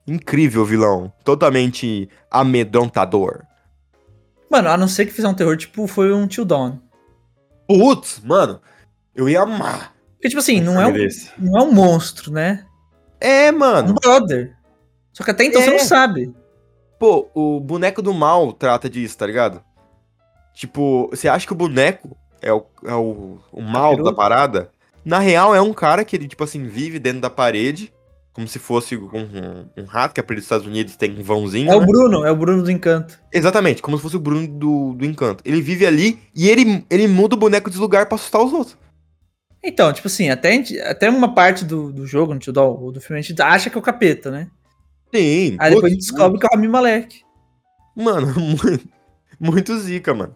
S2: Incrível, vilão. Totalmente amedrontador.
S1: Mano, a não ser que fizer um terror, tipo, foi um Till Dawn.
S2: Putz, mano, eu ia amar.
S1: Porque, tipo assim, não é,
S2: um
S1: um,
S2: filme desse.
S1: não é um monstro, né?
S2: É,
S1: É um
S2: mano.
S1: brother. Só que até então
S2: É.
S1: você não sabe.
S2: Pô, o boneco do mal trata disso, tá ligado? Tipo, você acha que o boneco é o, é o,
S1: Tá
S2: o mal
S1: Capiroto?
S2: da parada? Na real, é um cara que ele, tipo assim, vive dentro da parede, como se fosse um, um- um rato, que a parede dos Estados Unidos tem um vãozinho.
S1: É o
S2: né?
S1: Bruno, é o Bruno do Encanto.
S2: Exatamente, como se fosse o Bruno do, do Encanto. Ele vive ali e ele, ele muda o boneco de lugar pra assustar os outros.
S1: Então, tipo assim, até, a gente- até uma parte do, do jogo, no Till Dawn, ou do filme, a gente acha que é o capeta, né?
S2: Sim.
S1: Aí depois a gente
S2: putz,
S1: descobre que é o Rami Malek.
S2: Mano, muito, muito zica, mano.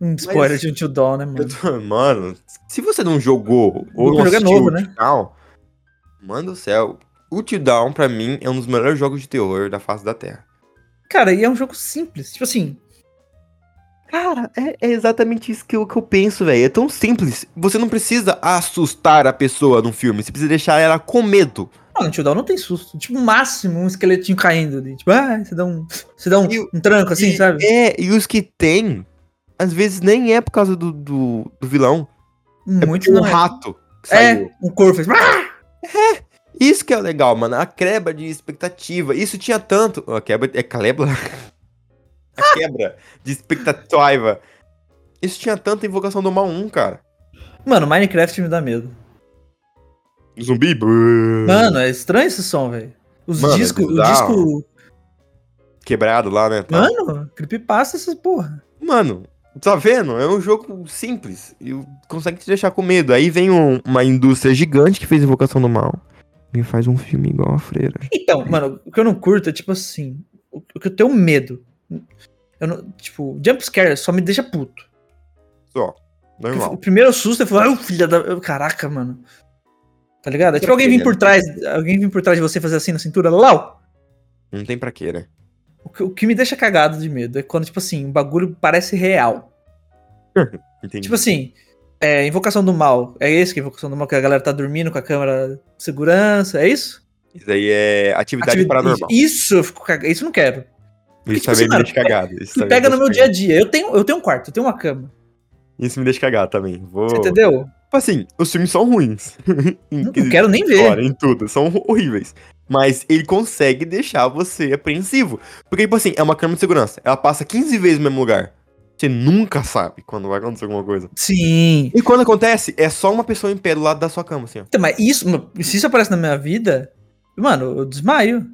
S1: Um spoiler de Until Dawn, né,
S2: Eu
S1: mano?
S2: tô- Mano, se você não jogou
S1: O
S2: ou
S1: jogo
S2: não
S1: é
S2: assistiu
S1: novo,
S2: o
S1: né?
S2: Down, mano do céu, o Till Down pra mim é um dos melhores jogos de terror da face da Terra.
S1: Cara, e é um jogo simples. Tipo assim,
S2: Cara, é, é exatamente isso que eu, que eu penso, velho. É tão simples. Você não precisa assustar a pessoa num filme, você precisa deixar ela com medo.
S1: mano, Until Dawn não tem susto. Tipo, no máximo um esqueletinho caindo ali. Tipo, ah, você dá um, você dá um,
S2: E o-
S1: um tranco assim,
S2: e,
S1: sabe?
S2: É, e os que tem, às vezes nem é por causa do, do, do vilão. É
S1: Muito
S2: porque um
S1: não é.
S2: rato que
S1: É,
S2: saiu.
S1: um corpo fez. "Ah!"
S2: Isso que é legal, mano. A quebra de expectativa. Isso tinha tanto. A quebra. É calebra? A quebra de expectativa. Isso tinha tanto em invocação do mal 1, cara.
S1: Mano, Minecraft me dá medo.
S2: Zumbi?
S1: Mano, é estranho esse som, velho. Os
S2: Hum. Mano, é
S1: discos, o
S2: bizarro.
S1: disco.
S2: Quebrado lá, né? Tá.
S1: Mano, creepypasta essas porra.
S2: Mano, tá vendo? É um jogo simples. E consegue te deixar com medo. Aí vem um- uma indústria gigante que fez invocação do mal. E faz um filme igual a freira.
S1: Então, mano, o que eu não curto é tipo assim. O o que eu tenho medo. Eu não, tipo, jumpscare só me deixa puto. Porque O
S2: Normal.
S1: primeiro susto, eu falo, "Ai, filha da. eu- Caraca, mano. Tá ligado? É tipo alguém vir por trás. Alguém vir por trás de você fazer assim na cintura, Lau!
S2: Não tem pra quê, né?
S1: O que, o que me deixa cagado de medo é quando, tipo assim, o bagulho parece real.
S2: Entendi.
S1: Tipo assim, é, Invocação do Mal. É esse que é Invocação do Mal, que a galera tá dormindo com a câmera de segurança, é isso?
S2: Isso aí é atividade
S1: Ativi-
S2: paranormal.
S1: Isso eu fico cagado. Isso eu não quero.
S2: Isso
S1: tipo
S2: também
S1: assim,
S2: me
S1: mano,
S2: deixa cagado. Isso
S1: Isso
S2: também
S1: pega
S2: me
S1: no meu dia
S2: deixa
S1: a dia. Eu tenho, eu tenho um quarto, eu tenho uma cama.
S2: Isso me deixa cagar também. Vou...
S1: Você entendeu?
S2: Tipo assim, os filmes são ruins. Em
S1: Não, não
S2: quesito
S1: quero nem
S2: de
S1: ver.
S2: história, em tudo, são horríveis. Mas ele consegue deixar você apreensivo. Porque, tipo assim, é uma câmera de segurança. Ela passa 15 vezes no mesmo lugar. Você nunca sabe quando vai acontecer alguma coisa.
S1: Sim.
S2: E quando acontece, é só uma pessoa em pé do lado da sua cama, assim, ó.
S1: Então, mas isso, se isso aparece na minha vida, mano, eu desmaio.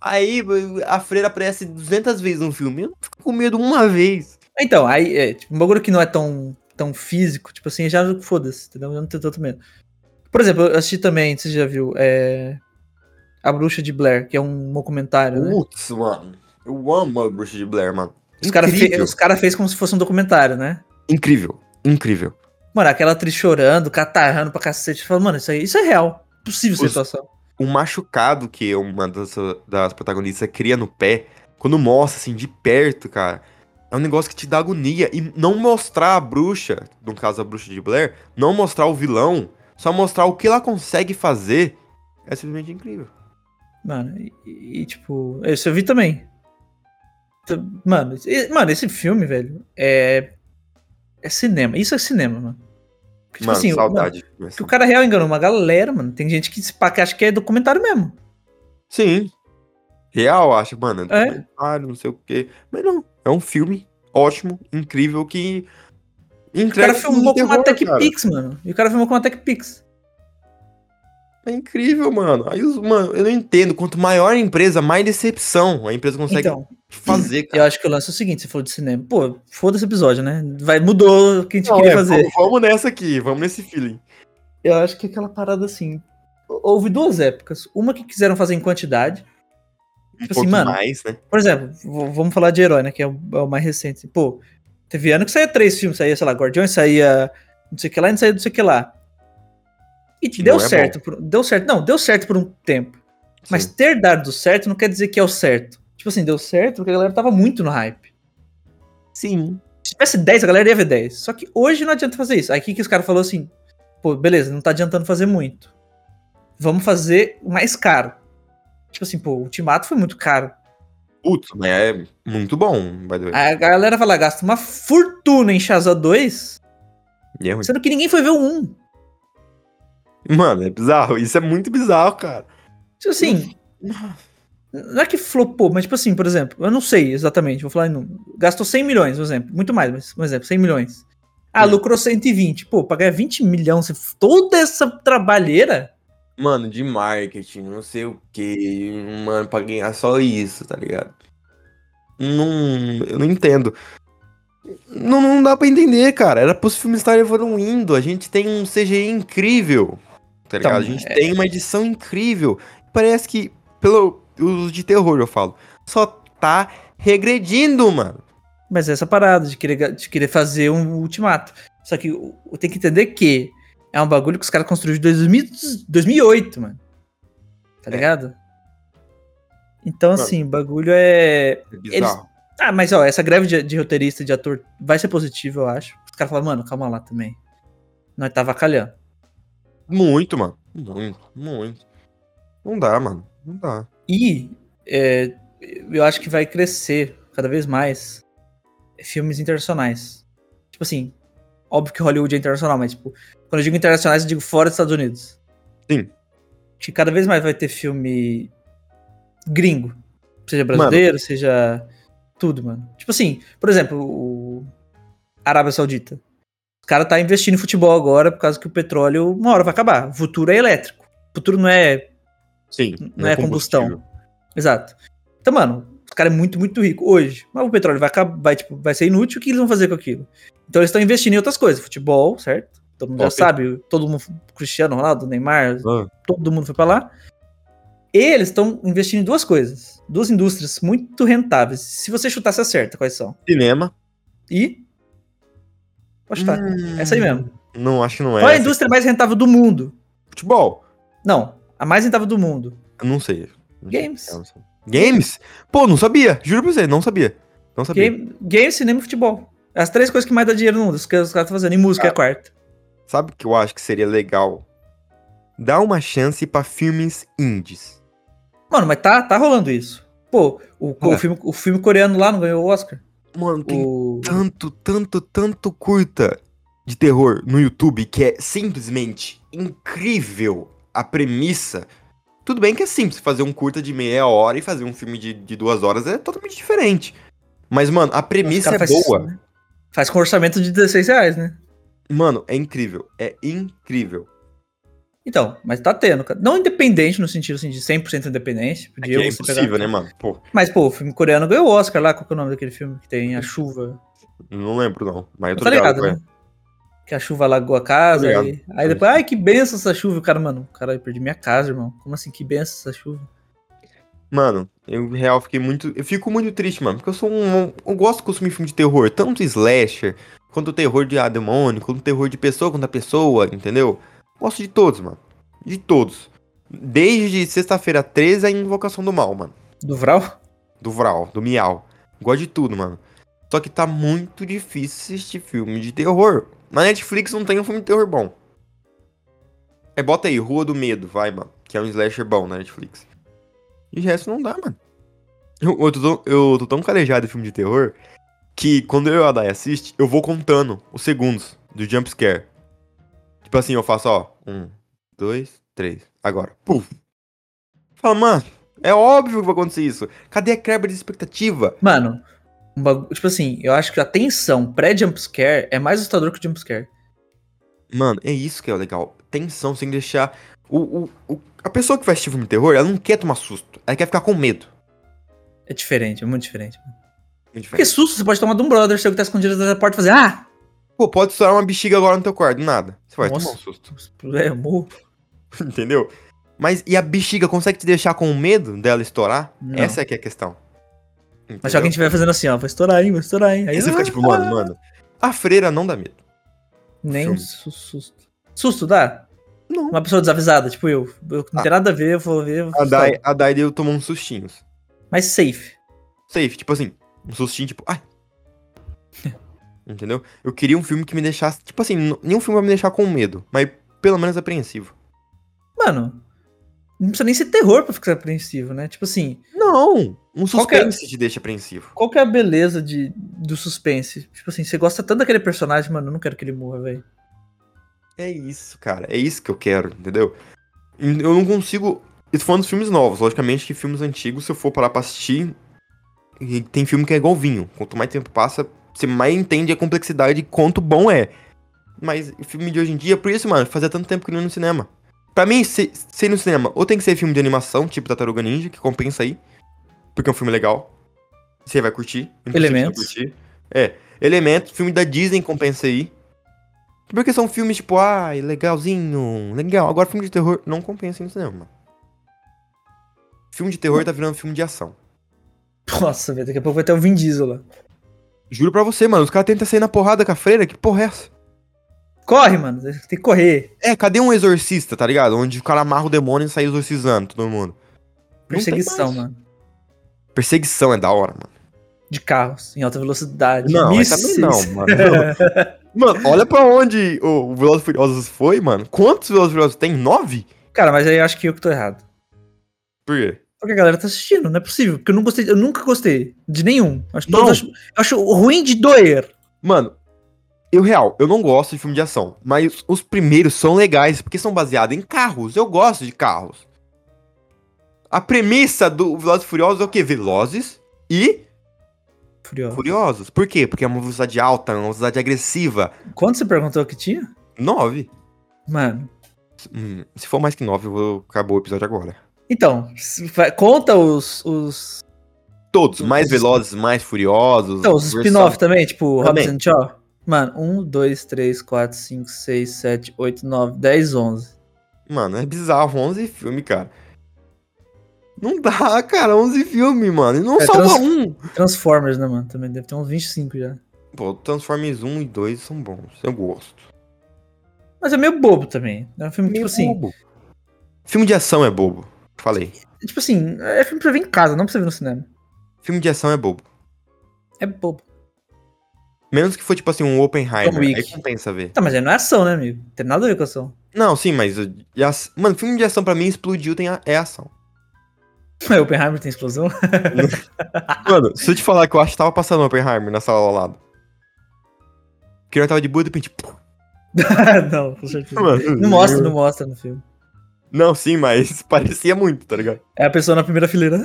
S2: Aí a freira aparece 200 vezes no filme. Eu não fico com medo uma vez.
S1: Então, aí, é, tipo, um bagulho que não é tão, tão físico, tipo assim, já foda-se, entendeu? Eu não tenho tanto medo. Por exemplo, eu assisti também, você já viu, é. A Bruxa de Blair, que é um documentário, né?
S2: Putz, mano. Eu amo a bruxa de Blair, mano.
S1: Os caras fe
S2: incrível.
S1: os cara fez como se fosse um documentário, né?
S2: incrível. Incrível.
S1: Mano, aquela atriz chorando, catarrando pra cacete, falando, mano, isso aí, isso é real. Possível essa
S2: Os-
S1: situação.
S2: o um machucado que uma das, das protagonistas cria no pé, quando mostra, assim, de perto, cara, é um negócio que te dá agonia. E não mostrar a bruxa, no caso a bruxa de Blair, não mostrar o vilão, só mostrar o que ela consegue fazer, é simplesmente incrível.
S1: Mano, e, e, tipo, isso eu vi também. Então, Mano, e- mano, esse filme, velho, é. É cinema. Isso é cinema, mano. Porque, tipo assim,
S2: mano,
S1: o-
S2: saudade. Mas-
S1: Que o cara real enganou uma galera, mano. Tem gente que se pá, que acha que é documentário mesmo.
S2: Sim. Real, acho, mano.
S1: É.
S2: documentário, não sei o quê. Mas não, é um filme ótimo, incrível, que...
S1: O cara
S2: Entrega filme de
S1: filmou com um uma
S2: terror, cara.
S1: TechPix, mano. E o cara filmou com uma TechPix.
S2: É incrível, mano. Aí, os- mano, eu não entendo. Quanto maior a empresa, mais decepção a empresa consegue
S1: Então,
S2: fazer, cara.
S1: eu acho que o lance é o seguinte, você falou de cinema. Pô, foda-se o episódio, né? Vai, mudou o que a gente
S2: Não,
S1: queria
S2: é,
S1: fazer. Tipo
S2: Vamos, vamos nessa aqui, vamos nesse feeling.
S1: Eu acho que é aquela parada assim. Houve duas épocas. Uma que quiseram fazer em quantidade.
S2: Um
S1: Tipo assim,
S2: pouco
S1: mano,
S2: mais, né?
S1: Por exemplo, v- vamos falar de herói, né? Que é o, é o mais recente. Pô, teve ano que saía três filmes, saía, sei lá, Guardiões, saía não sei o que lá e não saía não sei o que lá. E
S2: Que
S1: deu
S2: não é bom.
S1: certo, por- deu certo. Não, deu certo por um tempo. Mas
S2: Sim.
S1: ter dado certo não quer dizer que é o certo. Tipo assim, deu certo porque a galera tava muito no hype.
S2: Sim.
S1: Se tivesse 10, a galera ia ver 10. Só que hoje não adianta fazer isso. Aí o que, que os caras falaram assim? Pô, beleza, não tá adiantando fazer muito. Vamos fazer mais caro. Tipo assim, pô, o Ultimato foi muito caro.
S2: Putz, mas é muito bom, by the way.
S1: A galera vai lá, gasta uma fortuna em Shazam 2, Ah.
S2: E é ruim.
S1: sendo que ninguém foi ver o 1.
S2: Mano, é bizarro. Isso é muito bizarro, cara.
S1: Tipo assim, não é que flopou, mas tipo assim, por exemplo, eu não sei exatamente, vou falar em número. Gastou 100 milhões, um exemplo, muito mais, mas um exemplo, 100 milhões. Ah,
S2: Hum.
S1: lucrou 120. Pô, pra ganhar 20 milhões, você- toda essa trabalheira.
S2: Mano, de marketing, não sei o que, mano, pra ganhar só isso, tá ligado? Não, eu não entendo. Não, não dá pra entender, cara. Era pros filmes estarem evoluindo. A gente tem um CGI incrível, tá
S1: Então,
S2: ligado? a gente
S1: é-
S2: tem uma edição incrível. Parece que, pelo os de terror, eu falo, só tá regredindo, mano.
S1: Mas é essa parada de querer, ga- de querer fazer um ultimato. Só que o- o- tem que entender que é um bagulho que os caras construíram de 2000 2008, mano. Tá
S2: É.
S1: ligado? Então,
S2: Mano.
S1: assim, o bagulho é.
S2: É bizarro.
S1: Ah, mas ó, essa greve de, de roteirista, de ator, vai ser positiva, eu acho. Os caras falam, mano, calma lá também. Nós tá avacalhando.
S2: Muito, mano. Muito, muito. Não dá, mano. Não dá.
S1: E é, eu acho que vai crescer cada vez mais filmes internacionais. Tipo assim, óbvio que Hollywood é internacional, mas tipo, quando eu digo internacionais, eu digo fora dos Estados Unidos.
S2: Sim.
S1: Que cada vez mais vai ter filme gringo. Seja brasileiro, seja tudo, mano. Tipo assim, por exemplo, o Arábia Saudita. Os caras tá investindo em futebol agora por causa que o petróleo uma hora vai acabar. O futuro é elétrico. O futuro não é
S2: Sim.
S1: não é combustão.
S2: combustível.
S1: Exato. Então, mano, o cara é muito, muito rico hoje. Mas o petróleo vai, acab- vai, tipo, vai ser inútil, o que eles vão fazer com aquilo? Então eles estão investindo em outras coisas. Futebol, certo? Todo mundo já
S2: Ok.
S1: sabe. Todo mundo, Cristiano Ronaldo, Neymar,
S2: Ah.
S1: todo mundo foi pra lá. E eles estão investindo em duas coisas. Duas indústrias muito rentáveis. Se você chutar, você acerta quais são.
S2: Cinema.
S1: E. Pode chutar.
S2: Hum,
S1: Essa aí mesmo.
S2: Não, acho que não é.
S1: Qual é a
S2: essa.
S1: indústria mais rentável do mundo?
S2: Futebol.
S1: Não, a mais rentável do mundo.
S2: Eu não sei. Não sei.
S1: Games.
S2: Eu não sei. Games? Pô, não sabia. Juro pra você, não sabia. Não sabia.
S1: Game, game, cinema e futebol. É As três coisas que mais dá dinheiro no mundo. Os que os caras estão fazendo. E música é
S2: Ah.
S1: a quarta.
S2: Sabe o que eu acho que seria legal? Dar uma chance pra filmes indies.
S1: Mano, mas tá, tá rolando isso. Pô, o, o
S2: É.
S1: filme, o filme coreano lá não ganhou o Oscar.
S2: Mano, tem
S1: O...
S2: tanto, tanto, tanto curta de terror no YouTube que é simplesmente incrível a premissa. Tudo bem que é simples, fazer um curta de meia hora e fazer um filme de, de duas horas é totalmente diferente. Mas, mano, a
S1: Os
S2: premissa
S1: cara
S2: é
S1: faz- né?
S2: boa.
S1: Faz com orçamento de 16 reais, né?
S2: Mano, é incrível. É incrível.
S1: Então, mas tá tendo. cara. Não independente no sentido assim, de 100% independente.
S2: É,
S1: Podia
S2: que é
S1: você
S2: impossível,
S1: pegar-
S2: né, mano? Pô,
S1: Mas, pô, o filme coreano ganhou o Oscar lá. Qual que é o nome daquele filme que tem? A Chuva.
S2: não lembro, não. Mas eu tô
S1: tá
S2: ligado,
S1: ligado, né? Que a chuva alagou a
S2: Tô
S1: casa.
S2: Tá ligado.
S1: Aí, aí depois, ai, que benção essa chuva. O cara, mano, cara, eu perdi minha casa, irmão. Como assim, que benção essa chuva?
S2: Mano, eu em real fiquei muito. Eu fico muito triste, mano. Porque eu sou um. Eu gosto de consumir filme de terror, tanto slasher, quanto terror de ah, demônio, quanto terror de pessoa contra pessoa, entendeu? Gosto de todos, mano. De todos. Desde sexta-feira 13 a invocação do mal, mano.
S1: Do Vral?
S2: Do Vral, do Miau. Gosto de tudo, mano. Só que tá muito difícil assistir filme de terror. Na Netflix não tem um filme de terror bom. É, bota aí, Rua do Medo, vai, mano. Que é um slasher bom na Netflix. E o resto não dá, mano. Eu, eu tô, tão- eu tô tão calejado de filme de terror que quando eu e a Dai assiste, eu vou contando os segundos do jumpscare. Tipo assim, eu faço, ó. Um, dois, três. Agora. Puf. Fala, mano, é óbvio que vai acontecer isso. Cadê a quebra de expectativa?
S1: Mano, um bagu- tipo assim, eu acho que a tensão pré-jumpscare é mais assustador que o jumpscare.
S2: Mano, é isso que é o legal. Tensão, sem deixar O, o- o- a pessoa que vai assistir filme de terror, ela não quer tomar susto. Ela quer ficar com medo.
S1: É diferente, é muito diferente.
S2: Muito
S1: Porque
S2: diferente.
S1: susto você pode tomar de um brother seu que tá escondido atrás da porta e fazer, ah!
S2: Pô, pode estourar uma bexiga agora no teu quarto, do nada. Você vai
S1: Nossa.
S2: tomar um susto.
S1: É, morro.
S2: Entendeu? Mas e a bexiga consegue te deixar com medo dela estourar?
S1: Não.
S2: Essa é que é a questão.
S1: Mas se alguém Ah. estiver fazendo assim, ó, vai estourar, hein, vai estourar, hein.
S2: Aí você fica tipo, mano, mano. A freira não dá medo.
S1: Nem
S2: Filme.
S1: su- susto. Susto dá?
S2: Não.
S1: Uma pessoa desavisada, tipo eu. eu não
S2: Ah.
S1: tem nada a ver, eu vou ver. eu vou
S2: A
S1: assustar.
S2: Dai, a Dai deu tomou um uns sustinhos.
S1: Mas safe.
S2: Safe, tipo assim, um sustinho, tipo, ai. Entendeu? Eu queria um filme que me deixasse. Tipo assim, n- nenhum filme vai me deixar com medo, mas pelo menos apreensivo.
S1: Mano, não precisa nem ser terror pra ficar apreensivo, né? Tipo assim,
S2: Não! Um
S1: Qual que é?
S2: suspense te deixa apreensivo.
S1: qual que é a beleza de, do suspense? Tipo assim, você gosta tanto daquele personagem, mano, eu não quero que ele morra, velho.
S2: É isso, cara. É isso que eu quero, entendeu? Eu não consigo. Isso falando dos filmes novos. Logicamente que filmes antigos, se eu for parar pra assistir. e Tem filme que é igual vinho. Quanto mais tempo passa, você mais entende a complexidade e quanto bom é. Mas o filme de hoje em dia, por isso, mano, fazia tanto tempo que eu não ia no cinema. Pra mim, se, se ir no cinema, ou tem que ser filme de animação, tipo Tartaruga Ninja, que compensa aí. Porque é um filme legal. Você vai curtir. impossível você não
S1: Elementos.
S2: Curtir. É. Elementos, filme da Disney compensa aí. Porque são filmes tipo, ai, legalzinho, legal. Agora filme de terror não compensa ir no cinema. Filme de terror tá virando filme de ação.
S1: Nossa, velho, daqui a pouco vai ter o Vin Diesel lá.
S2: Juro pra você, mano, os caras tentam sair na porrada com a freira, que porra é essa?
S1: Corre, mano, tem que correr.
S2: É, cadê um exorcista, tá ligado? Onde o cara amarra o demônio e sai exorcizando todo mundo. Não tem
S1: Perseguição,
S2: mais.
S1: mano.
S2: Perseguição é da hora, mano.
S1: De carros, em alta velocidade.
S2: Não, mas
S1: Mísseis.
S2: também não, mano. mano, olha pra onde o Velozes e Furiosos foi, mano. Quantos Velozes e Furiosos tem? Nove?
S1: Cara, mas aí eu acho que eu que tô errado.
S2: Por quê?
S1: Porque a galera tá assistindo, não é possível. Porque eu não gostei, eu nunca gostei de nenhum. Acho, todos,
S2: Não.
S1: acho, eu acho ruim de doer.
S2: Mano, eu real, eu não gosto de filme de ação, mas os primeiros são legais porque são baseados em carros. Eu gosto de carros. A premissa do Velozes e Furiosos é o quê? Velozes e
S1: Furioso.
S2: Furiosos. Por quê? Porque é uma velocidade alta, uma velocidade agressiva.
S1: Quando você perguntou o que tinha?
S2: Nove.
S1: Mano.
S2: Hum, se for mais que nove, eu vou acabar o episódio agora.
S1: Então, se vai- conta os. os
S2: Todos, mais velozes, mais furiosos.
S1: então, os
S2: versão-
S1: spin-off também, tipo
S2: Também.
S1: Robson Shaw. Mano, 1, 2, 3, 4, 5, 6, 7, 8, 9, 10, 11.
S2: Mano, é bizarro. 11 filmes, cara. Não dá, cara. 11 filmes, mano. E não
S1: É,
S2: salva
S1: trans-
S2: um.
S1: Transformers, né, mano? Também deve ter uns 25 já.
S2: Pô, Transformers 1 e 2 são bons. Eu gosto.
S1: Mas é meio bobo também. É um filme, tipo assim.
S2: bobo. Filme de ação é bobo. Falei.
S1: Tipo assim, é filme pra ver em casa, não pra você ver no cinema.
S2: Filme de ação é bobo.
S1: É bobo.
S2: Menos que for, tipo assim, um Oppenheimer.
S1: John Wick.
S2: Aí compensa ver.
S1: Tá, mas aí não é ação, né, amigo? Não tem nada a ver com ação.
S2: Não, sim, mas. eu- e as- Mano, filme de ação pra mim explodiu tem a- é ação.
S1: Mas É, Oppenheimer tem explosão?
S2: Mano, se eu te falar que eu acho que tava passando Oppenheimer na sala ao lado. Que eu tava de boa de repente. pô,
S1: não, com certeza.
S2: Mano,
S1: Não mostra, não mostra no filme.
S2: Não, sim, mas parecia muito, tá ligado?
S1: É a pessoa na primeira fileira.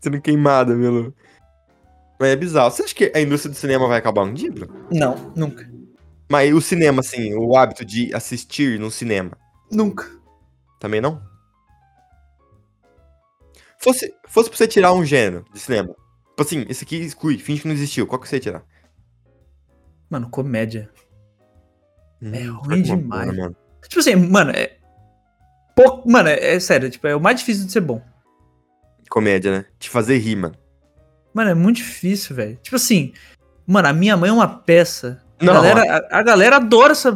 S2: Sendo queimada, pelo. Mas é bizarro. Você acha que a indústria do cinema vai acabar um dia? bro?
S1: Não, nunca.
S2: Mas o cinema, assim, o hábito de assistir no cinema,
S1: Nunca.
S2: também não? Fosse, fosse pra você tirar um gênero de cinema. Tipo assim, esse aqui exclui, finge que não existiu. Qual que você ia tirar?
S1: Mano, comédia. É
S2: Hum,
S1: ruim
S2: uma
S1: demais.
S2: boa, mano.
S1: Tipo assim, mano, é. Pouco. Mano, é, é sério, tipo, é o mais difícil de ser bom.
S2: Comédia, né? Te fazer rir, mano.
S1: Mano, é muito difícil, velho. Tipo assim, mano, a minha mãe é uma peça. A,
S2: Não.
S1: galera, a, a galera adora essa,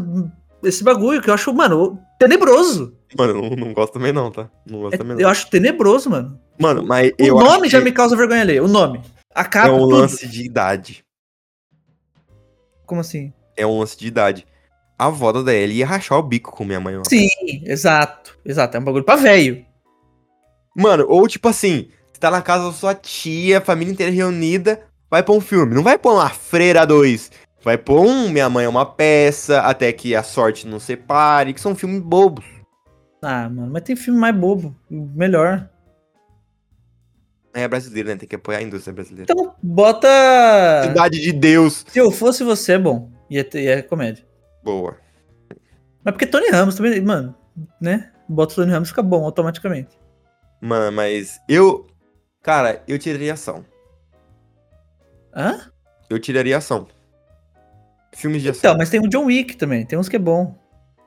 S1: esse bagulho que eu acho, mano, tenebroso.
S2: Mano, eu não, não gosto também não, tá? Não gosto
S1: É-
S2: também
S1: eu
S2: não.
S1: acho tenebroso, mano.
S2: Mano, mas
S1: O
S2: eu
S1: nome
S2: acho
S1: já
S2: que
S1: me causa vergonha alheia. O nome. A capa,
S2: é um
S1: tudo.
S2: lance de idade.
S1: Como assim?
S2: É um lance de idade. A avó da DL ia rachar o bico com minha mãe. ó.
S1: Sim, exato. Exato, é um bagulho pra velho.
S2: Mano, ou tipo assim, você tá na casa da sua tia, a família inteira reunida, vai pôr um filme. Não vai pôr uma Freira 2. Vai pôr um Minha Mãe é uma Peça, Até Que a Sorte Não Separe, que são filmes bobos.
S1: Ah, mano, mas tem filme mais bobo, melhor.
S2: É brasileiro, né? Tem que apoiar a indústria brasileira.
S1: Então, bota.
S2: Cidade de Deus.
S1: Se eu fosse você, é bom. E é, e é comédia.
S2: Boa.
S1: Mas porque Tony Ramos também, mano. né? Bota o Tony Ramos fica bom automaticamente.
S2: Mano, mas eu. Cara, eu tiraria ação.
S1: Hã?
S2: Eu tiraria ação. Filmes de ação.
S1: Então, mas tem o John Wick também, tem uns que é bom.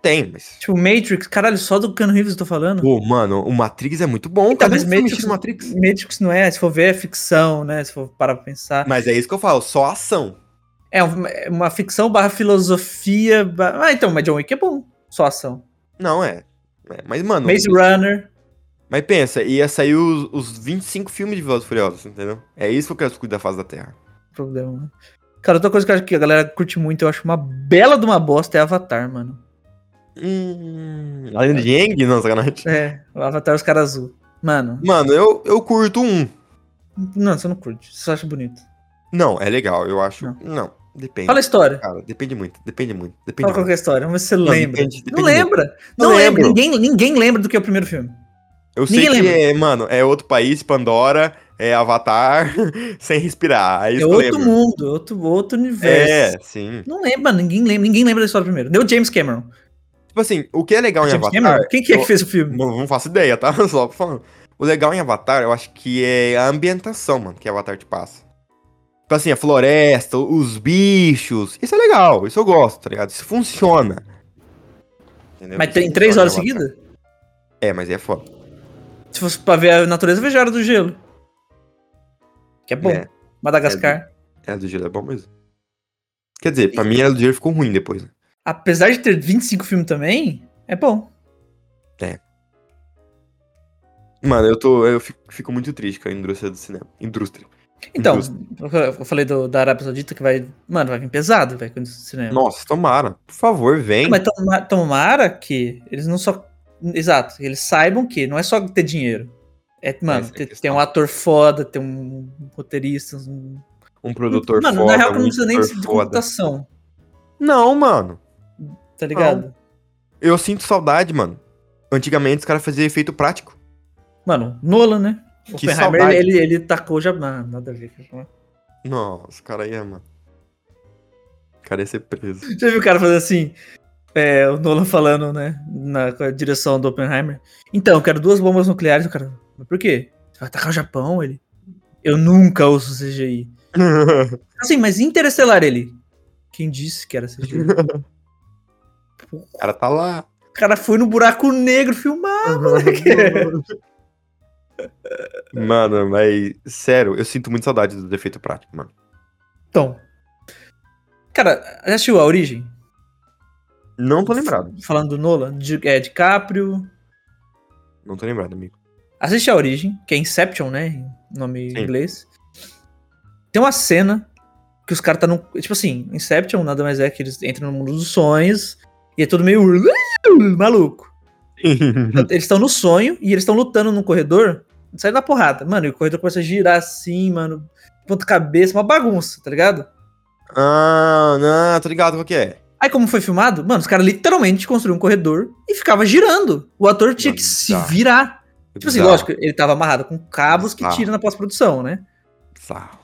S2: Tem, mas.
S1: Tipo, Matrix, caralho, só do Keanu Reeves eu tô falando.
S2: Pô, mano, o Matrix é muito bom,
S1: Então,
S2: cara.
S1: mas
S2: Cadê o filme
S1: Matrix-
S2: X Matrix?
S1: Matrix não é, se for ver, é ficção, né? Se for parar pra pensar.
S2: Mas é isso que eu falo, só ação.
S1: É uma, é uma ficção barra filosofia. barra- Ah, então, mas John Wick é bom. Só ação.
S2: Não é. É, Mas, mano.
S1: Maze Runner.
S2: Mas pensa, ia sair os, os 25 filmes de Velozes e Furiosos, entendeu? É isso que eu quero excluir da face da Terra.
S1: Problema. né? Cara, outra coisa que eu acho que a galera curte muito, eu acho uma bela de uma bosta, é Avatar, mano.
S2: Hum. Além de Yang? Não, sacanagem.
S1: É, o Avatar os caras azul. Mano,
S2: Mano, eu, eu curto um.
S1: não, você não curte, você só acha bonito.
S2: Não, é legal, eu acho.
S1: Não.
S2: Não, depende.
S1: Fala a história.
S2: Cara, depende muito, depende muito, depende
S1: Fala qual
S2: muito.
S1: que é a história, vamos ver se você
S2: Não,
S1: lembra.
S2: depende- depende
S1: não lembra. Não,
S2: Não
S1: lembra.
S2: lembro.
S1: Ninguém, ninguém lembra do que é o primeiro filme.
S2: Eu sei
S1: Ninguém
S2: que
S1: lembra.
S2: é, mano, é outro país, Pandora, é Avatar, sem respirar. É,
S1: É
S2: isso que eu
S1: outro
S2: lembro.
S1: mundo, outro, outro universo.
S2: É, sim.
S1: Não lembra, mano, ninguém lembra, ninguém lembra da história do primeiro. Deu James Cameron.
S2: Tipo assim, o que é legal em
S1: James
S2: Avatar.
S1: Cameron? Quem que é
S2: eu-
S1: que fez o filme?
S2: Não, não faço ideia, tá? Só falando. O legal em Avatar, eu acho que é a ambientação, mano, que Avatar te passa. Tipo assim, a floresta, os bichos. Isso é legal, isso eu gosto, tá ligado? Isso funciona. Entendeu?
S1: Mas
S2: Isso
S1: tem três
S2: funciona
S1: horas
S2: em Avatar.
S1: seguidas?
S2: É, mas aí é foda.
S1: Se fosse pra ver a natureza, veja a Hora do Gelo. Que é bom.
S2: É,
S1: Madagascar.
S2: Era do gelo é bom mesmo. Quer dizer, pra mim era do gelo ficou ruim depois. né?
S1: Apesar de ter 25 filmes também, é bom.
S2: Mano, eu tô. Eu fico, fico muito triste com a indústria do cinema. Indústria.
S1: Então,
S2: Justo.
S1: eu falei do, da Arábia Saudita que vai. Mano, vai vir pesado, velho, quando isso cinema.
S2: Nossa, tomara. Por favor, vem.
S1: Ah, Mas toma- tomara que eles não só. Exato, eles saibam que não é só ter dinheiro. É, mano,
S2: Essa é a
S1: ter- tem
S2: questão.
S1: um ator foda, tem um roteirista. Um...
S2: Um produtor
S1: mano,
S2: foda.
S1: na real, que eu
S2: um
S1: não precisa nem
S2: editor
S1: de
S2: foda.
S1: computação,
S2: Não, mano.
S1: tá ligado?
S2: Eu sinto saudade, mano. Antigamente os caras faziam efeito prático.
S1: Mano, Nolan, né? O
S2: Que
S1: Oppenheimer,
S2: saudade.
S1: ele, ele, ele tacou já. ah, nada a ver.
S2: Nossa, o cara ia, mano. O cara ia ser preso.
S1: Já viu o cara fazer assim? É, o Nolan falando, né? Na com a direção do Oppenheimer. Então, eu quero duas bombas nucleares. O cara, mas por quê? Você vai atacar o Japão? Ele. Eu nunca ouço CGI. Assim, mas Interestelar, ele. Quem disse que era CGI?
S2: o cara tá lá.
S1: o cara foi no buraco negro filmar.
S2: mano, mas sério, eu sinto muito saudade do efeito prático, mano.
S1: Então. Cara, já assistiu a origem?
S2: Não tô lembrado.
S1: Falando do Nolan, de, é, DiCaprio.
S2: Não tô lembrado, amigo.
S1: Assiste a Origem, que é Inception, né? em Nome em
S2: Sim.
S1: inglês. Tem uma cena que os caras tá no. Tipo assim, Inception nada mais é que eles entram no mundo dos sonhos e é tudo meio. maluco. Então, Eles estão no sonho e eles estão lutando num corredor, saindo na porrada. Mano, e o corredor começa a girar assim, mano. Ponta cabeça, uma bagunça, tá ligado?
S2: ah, não, tô ligado qual que é.
S1: Aí, como foi filmado, mano, os caras literalmente construíram um corredor e ficava girando. O ator tinha que
S2: Mano,
S1: se
S2: bizarro.
S1: virar. Tipo assim,
S2: Bizarro,
S1: lógico, ele tava amarrado com cabos que
S2: Bizarro.
S1: tira na pós-produção, né?
S2: bizarro.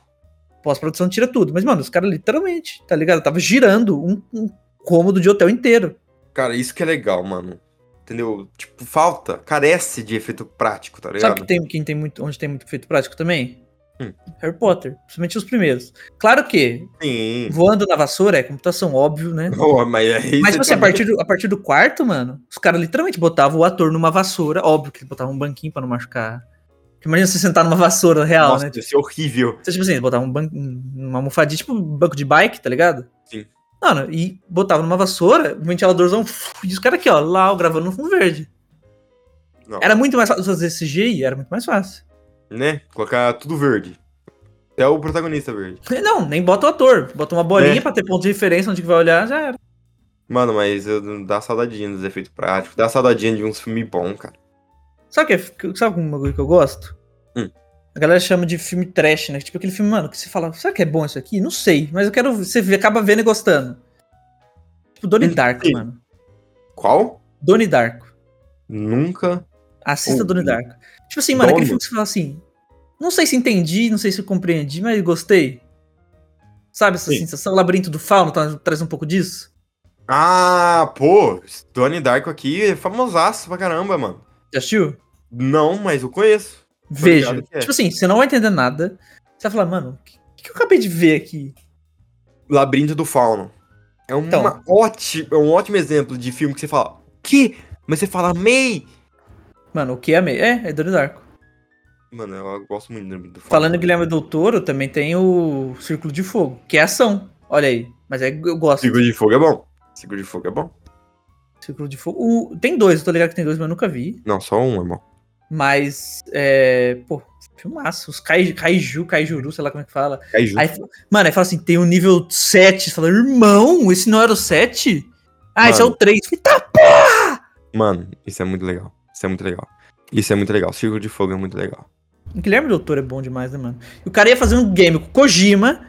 S1: pós-produção tira tudo. Mas, mano, os caras literalmente, tá ligado? Tava girando um, um cômodo de hotel inteiro.
S2: Cara, isso que é legal, mano. Entendeu? Tipo, falta, carece de efeito prático, tá ligado?
S1: Sabe que tem, quem tem muito, onde tem muito efeito prático também?
S2: Hum.
S1: Harry Potter, principalmente os primeiros. Claro que
S2: Sim.
S1: voando na vassoura é computação, óbvio, né?
S2: Pô, mas é isso.
S1: Mas, tipo assim, a
S2: também.
S1: partir, do, a partir do quarto, mano, os caras literalmente botavam o ator numa vassoura. Óbvio que botavam um banquinho pra não machucar. Porque Imagina você sentar numa vassoura real,
S2: Nossa,
S1: né?
S2: deve ser horrível.
S1: Então, tipo assim, eles botavam um ban- uma almofadinha, tipo um banco de bike, tá ligado?
S2: Sim.
S1: Mano, e botava numa vassoura, um ventiladorzão, e os caras aqui, ó, lá, ó, gravando no fundo verde.
S2: Não.
S1: Era muito mais fácil fazer CGI, era muito mais fácil.
S2: Né? Colocar tudo verde. Até o protagonista verde.
S1: Não, nem bota o ator, bota uma bolinha
S2: É.
S1: pra ter ponto de referência onde que vai olhar, já era.
S2: Mano, mas eu, dá saudadinha dos efeitos práticos. Dá saudadinha de uns filmes bons, cara.
S1: Sabe o que é, sabe um bagulho que eu gosto?
S2: Hum.
S1: A galera chama de filme trash, né? Tipo aquele filme, mano, que você fala, será que é bom isso aqui? Não sei, mas eu quero, você vê- acaba vendo e gostando. Tipo, Donnie
S2: Hum,
S1: Darko,
S2: sim.
S1: mano.
S2: Qual?
S1: Donnie Darko.
S2: Nunca.
S1: Assista
S2: Ou-
S1: Donnie Dark. Tipo assim, mano, aquele
S2: Dono?
S1: filme que você fala assim. Não sei se entendi, não sei se compreendi, mas gostei. Sabe essa
S2: Sim.
S1: sensação? O labirinto do fauno tá- traz um pouco disso?
S2: Ah, pô, Donnie Darko aqui é famosaço pra caramba, mano.
S1: Já assistiu?
S2: Não, mas eu conheço.
S1: Veja.
S2: ligado que é.
S1: Tipo assim, você não vai entender nada. Você vai falar, mano, o que, que eu acabei de ver aqui?
S2: Labirinto do Fauno. É, uma
S1: Então.
S2: ótima, é um ótimo exemplo de filme que você fala, que? Mas você fala, amei!
S1: Mano, o que é meio? É, é Donnie Darko.
S2: Mano, eu gosto muito do Labirinto do Fauno.
S1: Falando em Guilherme Del Toro, também tem o Círculo de Fogo, que é ação. Olha aí. Mas é, eu gosto.
S2: Círculo de Fogo é bom. Círculo de Fogo é bom.
S1: Círculo de Fogo. O- tem dois, eu tô ligado que tem dois, mas eu nunca vi.
S2: Não, só um, irmão.
S1: Mas, é, pô, filmaço. Os kai, Kaiju, Kaijuru, sei lá como é que fala.
S2: Aí, junto.
S1: Aí, mano, aí fala assim, tem o nível 7. Você fala, irmão, esse não era o 7? Ah, esse é o
S2: Mano.
S1: 3. Falei, tá,
S2: Mano, isso é muito legal. Isso é muito legal. Isso é muito legal. Círculo de Fogo é muito legal.
S1: O Guilherme Doutor é bom demais, né, mano? E o cara ia fazer um game com o Kojima.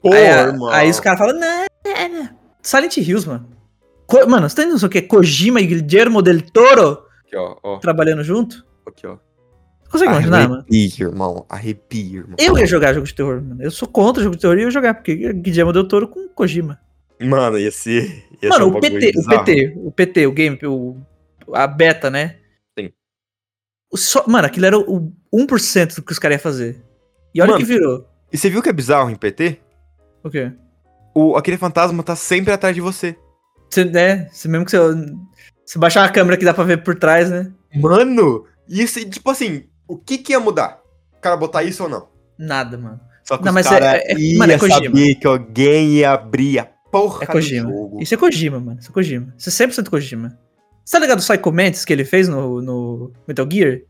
S2: Pô,
S1: aí, a- aí os caras falam, não, não, não." Silent Hills, mano. Co- mano, você tá entendendo o que? é Kojima e Guillermo del Toro
S2: Aqui, ó, ó.
S1: trabalhando junto?
S2: Aqui, ó.
S1: Você consegue
S2: Ah,
S1: imaginar, mano?
S2: Arrepia, irmão. Arrepia, irmão.
S1: Eu ia jogar jogo de terror, mano. Eu sou contra jogo de terror e eu ia jogar, porque Guillermo del Toro com Kojima.
S2: Mano, ia ser. ia ser
S1: mano,
S2: um
S1: o
S2: bagulho
S1: PT, o
S2: bizarro.
S1: PT, o PT, o game, o, a beta, né?
S2: Sim.
S1: O só- mano, aquilo era o 1% do que os caras iam fazer. E olha o que
S2: Mano.
S1: virou.
S2: E você viu que é bizarro em PT?
S1: O quê?
S2: O, aquele fantasma tá sempre atrás de você.
S1: Você, né? Você mesmo que você. Você baixar a câmera que dá pra ver por trás, né?
S2: Mano, isso, e, tipo assim, o que que ia mudar? O cara botar isso ou não?
S1: Nada, mano.
S2: Só que
S1: Não,
S2: os
S1: mas é-
S2: cara
S1: é- é-
S2: ia
S1: mano, é Kojima.
S2: saber que alguém ia abrir a porra
S1: É Kojima.
S2: do jogo.
S1: Isso é Kojima, mano. Isso é Kojima. Isso é 100% Kojima. Você tá ligado sai Mantis que ele fez no, no Metal Gear?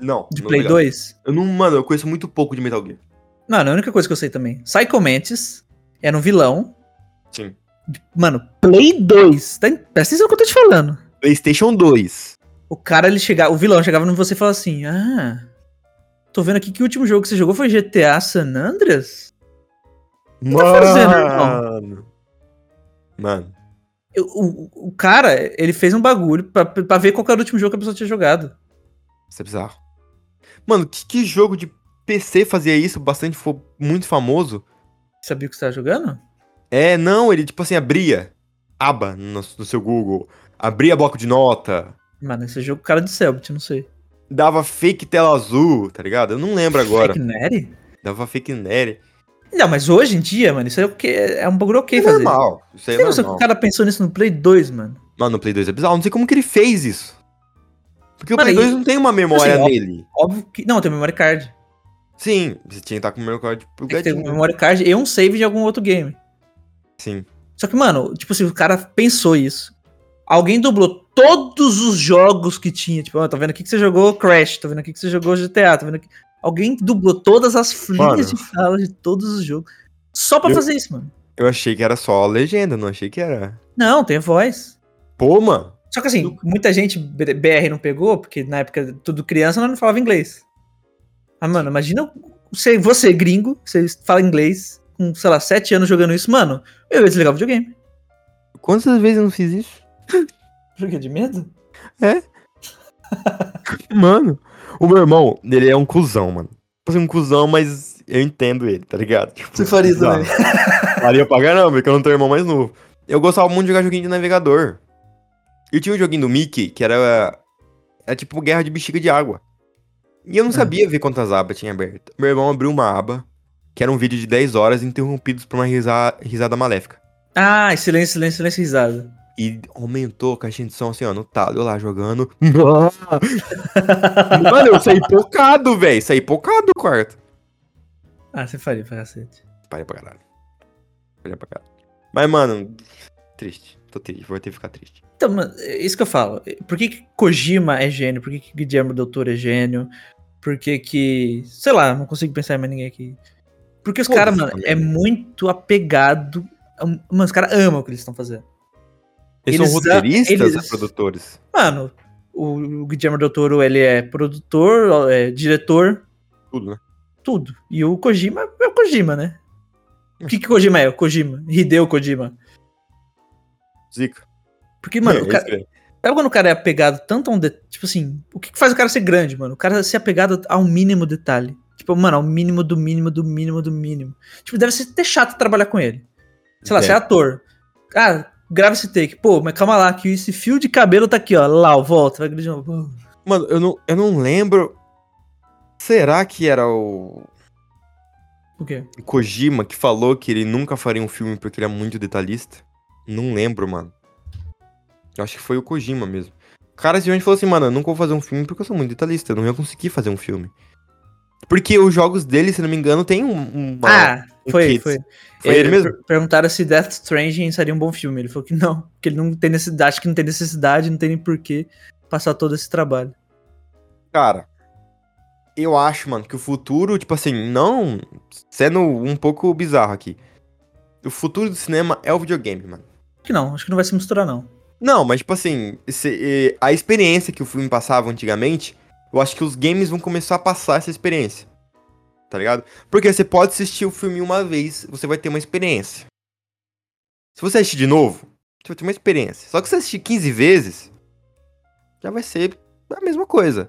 S2: Não.
S1: De
S2: não
S1: Play
S2: ligado.
S1: 2?
S2: Eu não, mano, eu conheço muito pouco de Metal Gear.
S1: Não, não é a única coisa que eu sei também. sai Mantis era um vilão.
S2: Sim.
S1: Mano, Play 2. Tá, presta atenção no que eu tô te falando.
S2: PlayStation 2.
S1: O cara, ele chegava, o vilão chegava em você e falava assim: Ah, tô vendo aqui que o último jogo que você jogou foi GTA San Andreas?
S2: Mano.
S1: tá fazendo,
S2: Mano.
S1: Eu- o, o cara, ele fez um bagulho pra, pra ver qual que era o último jogo que a pessoa tinha jogado.
S2: Isso é bizarro. Mano, que, que jogo de PC fazia isso? Bastante, fo- muito famoso.
S1: Sabia o que você tava jogando?
S2: É, não, ele tipo assim, abria aba no, no seu Google, abria bloco de nota,
S1: Mano, esse jogo, cara de Selbit, não sei.
S2: dava fake tela azul, tá ligado? Eu não lembro agora.
S1: Fake Neri?
S2: Dava fake nere.
S1: Não, mas hoje em dia, mano, isso é o que é um bagulho ok
S2: É
S1: fazer.
S2: normal. Isso
S1: Você
S2: aí é
S1: tem noção que
S2: normal.
S1: o cara pensou nisso no Play 2, mano?
S2: Mano, o Play 2 é bizarro. Não sei como que ele fez isso. Porque
S1: Mano,
S2: o Play 2
S1: e-
S2: não tem uma memória
S1: assim, ó,
S2: nele.
S1: Óbvio que. Não, tem memory card.
S2: Sim, você tinha que estar com o memória pro
S1: Tem que ter um
S2: gatinho.
S1: memory card e um save de algum outro game.
S2: Sim.
S1: Só que, mano, tipo assim, o cara pensou isso. Alguém dublou todos os jogos que tinha. Tipo, ó, tá vendo aqui que você jogou Crash, tá vendo aqui que você jogou GTA, tá vendo aqui. Alguém dublou todas as
S2: Mano.
S1: linhas de fala de todos os jogos. Só pra
S2: Eu-
S1: fazer isso, mano.
S2: Eu achei que era só a legenda, não achei que era.
S1: Não, tem voz.
S2: Pô, mano.
S1: Só que assim,
S2: Eu-
S1: muita gente B- BR não pegou, porque na época tudo criança nós não falava inglês. Ah, mano, imagina você, você gringo, você fala inglês, com, sei lá, sete anos jogando isso, mano, eu ia desligar o videogame.
S2: Quantas vezes eu não fiz isso?
S1: Joguei de medo?
S2: Mano, o meu irmão, ele é um cuzão, mano. Tipo assim, um cuzão, mas eu entendo ele, tá ligado? Tipo,
S1: Você faria isso
S2: bizarro. Faria pra caramba, porque eu não tenho irmão mais novo. Eu gostava muito de jogar joguinho de navegador. E tinha um joguinho do Mickey, que era. Era tipo guerra de bexiga de água. E eu não
S1: Ah.
S2: sabia ver quantas abas tinha aberto. Meu irmão abriu uma aba, que era um vídeo de 10 horas, interrompidos por uma risa- risada maléfica.
S1: Ah, silêncio, silêncio, silêncio, risada.
S2: E aumentou a caixinha de som assim, ó, no talo, eu lá jogando. Mano, eu saí pocado, velho. Saí pocado do quarto.
S1: Ah, você faria pra cacete.
S2: Parei pra caralho. Parei pra caralho. Mas, mano, triste. Tô triste, vou ter que ficar triste.
S1: Então, mano, é isso que eu falo. Por que, que Kojima é gênio? Por que, que Guillermo del Toro é gênio? Por que que. Sei lá, não consigo pensar em mais ninguém aqui. Porque os
S2: Todos
S1: caras, mano,
S2: também,
S1: é
S2: né?
S1: muito apegado. a- um, Mano, os caras amam o que eles estão fazendo.
S2: Eles,
S1: Eles
S2: são
S1: a-
S2: roteiristas
S1: eles-
S2: ou produtores?
S1: Mano, o, o Guillermo del Toro, ele é produtor, é diretor,
S2: Tudo, né?
S1: tudo. E o Kojima é o Kojima, né? O que, que Kojima é? O Kojima. Hideo Kojima.
S2: Zica.
S1: Porque, mano,
S2: É,
S1: o cara,
S2: isso aí.
S1: Sabe quando o cara é apegado tanto a um detalhe? Tipo assim, o que, que faz o cara ser grande, mano? O cara ser apegado ao mínimo detalhe. Tipo, mano, ao mínimo do mínimo do mínimo do mínimo. Tipo, deve ser até chato trabalhar com ele. Sei lá,
S2: Deve.
S1: você é ator. Ah, grava esse take. Pô, mas calma lá, que esse fio de cabelo tá aqui, ó. Lá, ó, volta, vai de novo.
S2: Mano, eu não, eu não lembro. Será que era o
S1: O quê?
S2: Kojima que falou que ele nunca faria um filme porque ele é muito detalhista? Não lembro, mano. Eu acho que foi o Kojima mesmo. O cara simplesmente falou assim, mano, eu nunca vou fazer um filme porque eu sou muito detalhista, eu não ia conseguir fazer um filme. Porque os jogos dele, se não me engano, tem um, uma...
S1: Ah,
S2: um
S1: foi,
S2: kids.
S1: foi.
S2: Foi ele mesmo?
S1: per- Perguntaram se Death Stranding seria um bom filme. Ele falou que não, que ele não tem necessidade, acho que não tem necessidade, não tem nem porquê passar todo esse trabalho.
S2: Cara, eu acho, mano, que o futuro, tipo assim, não. Sendo um pouco bizarro aqui. O futuro do cinema é o videogame, mano.
S1: Acho que não, acho que não vai se misturar, não.
S2: Não, mas tipo assim, se- eh, a experiência que o filme passava antigamente, eu acho que os games vão começar a passar essa experiência. Tá ligado? Porque você pode assistir o filme uma vez, você vai ter uma experiência. Se você assistir de novo, você vai ter uma experiência. Só que se você assistir 15 vezes, já vai ser a mesma coisa.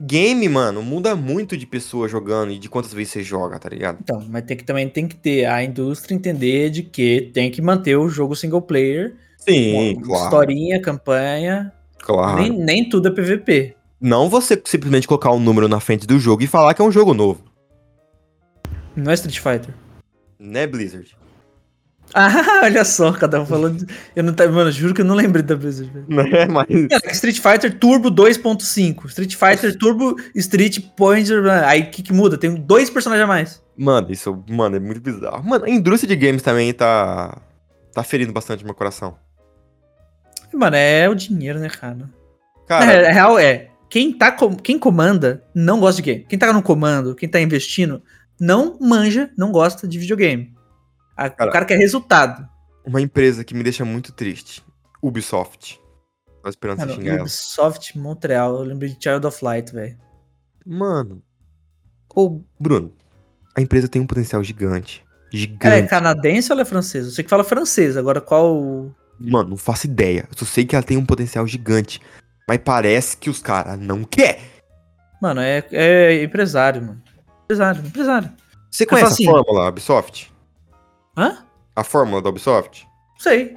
S2: Game, mano, muda muito de pessoa jogando e de quantas vezes você joga, tá ligado?
S1: Então, mas tem que também tem que ter a indústria entender de que tem que manter o jogo single player,
S2: Sim,
S1: com historinha, campanha,
S2: claro.
S1: nem, nem tudo é PVP.
S2: Não você simplesmente colocar um número na frente do jogo e falar que é um jogo novo,
S1: Não é Street Fighter.
S2: né, Blizzard?
S1: Ah, olha só, cada um falando. Eu não tá, mano, juro que eu não lembrei da Blizzard. velho.
S2: Né, mas.
S1: Cara, que Street Fighter Turbo 2.5, Street Fighter Turbo Street Pointer, aí o que, que muda? Tem dois personagens a mais.
S2: Mano, isso, mano, é muito bizarro. Mano, a indústria de games também tá. tá ferindo bastante meu coração.
S1: Mano, é o dinheiro, né, cara? Na
S2: Cara,
S1: re- real é, quem tá com, quem comanda não gosta de game. Quem tá no comando, quem tá investindo, não manja, não gosta de videogame. A-
S2: Cara.
S1: o cara quer resultado.
S2: uma empresa que me deixa muito triste. Ubisoft. Tô esperando
S1: Mano,
S2: você xingar ela.
S1: Ubisoft Montreal, eu lembrei de Child of Light, velho.
S2: Mano. Ô, Bruno, a empresa tem um potencial gigante.
S1: Ela é
S2: Gigante.
S1: canadense ou ela é francesa? Eu sei que fala francesa, agora qual.
S2: Mano, não faço ideia. Eu só sei que ela tem um potencial gigante. Mas parece que os caras não quer.
S1: Mano, é, é empresário, mano. Empresário, empresário.
S2: Você
S1: Cara,
S2: conhece a
S1: assim-
S2: fórmula Ubisoft?
S1: Hã?
S2: A fórmula da Ubisoft?
S1: Sei.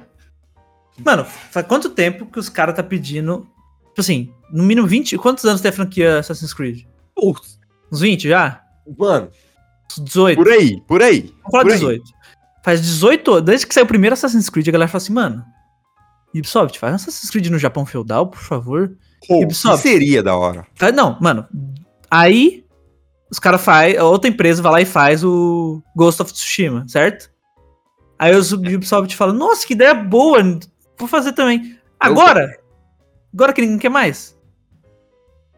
S1: Mano, faz quanto tempo que os caras tá pedindo. Tipo assim, no mínimo 20. Quantos anos tem a franquia Assassin's Creed?
S2: Putz,
S1: Uns 20 já?
S2: Mano,
S1: Uns 18?
S2: por aí, por aí.
S1: Vamos falar
S2: por aí.
S1: 18. Faz 18 anos. Desde que saiu o primeiro Assassin's Creed, a galera fala assim, mano. Ubisoft, faz um Assassin's Creed no Japão feudal, por favor.
S2: Pô, que
S1: Ubisoft.
S2: seria da hora.
S1: Faz- Tá, não, mano. Aí os caras faz, a outra empresa vai lá e faz o Ghost of Tsushima, certo? Aí os Ubisoft falam, nossa, que ideia boa, vou fazer também. Agora, agora que ninguém quer mais.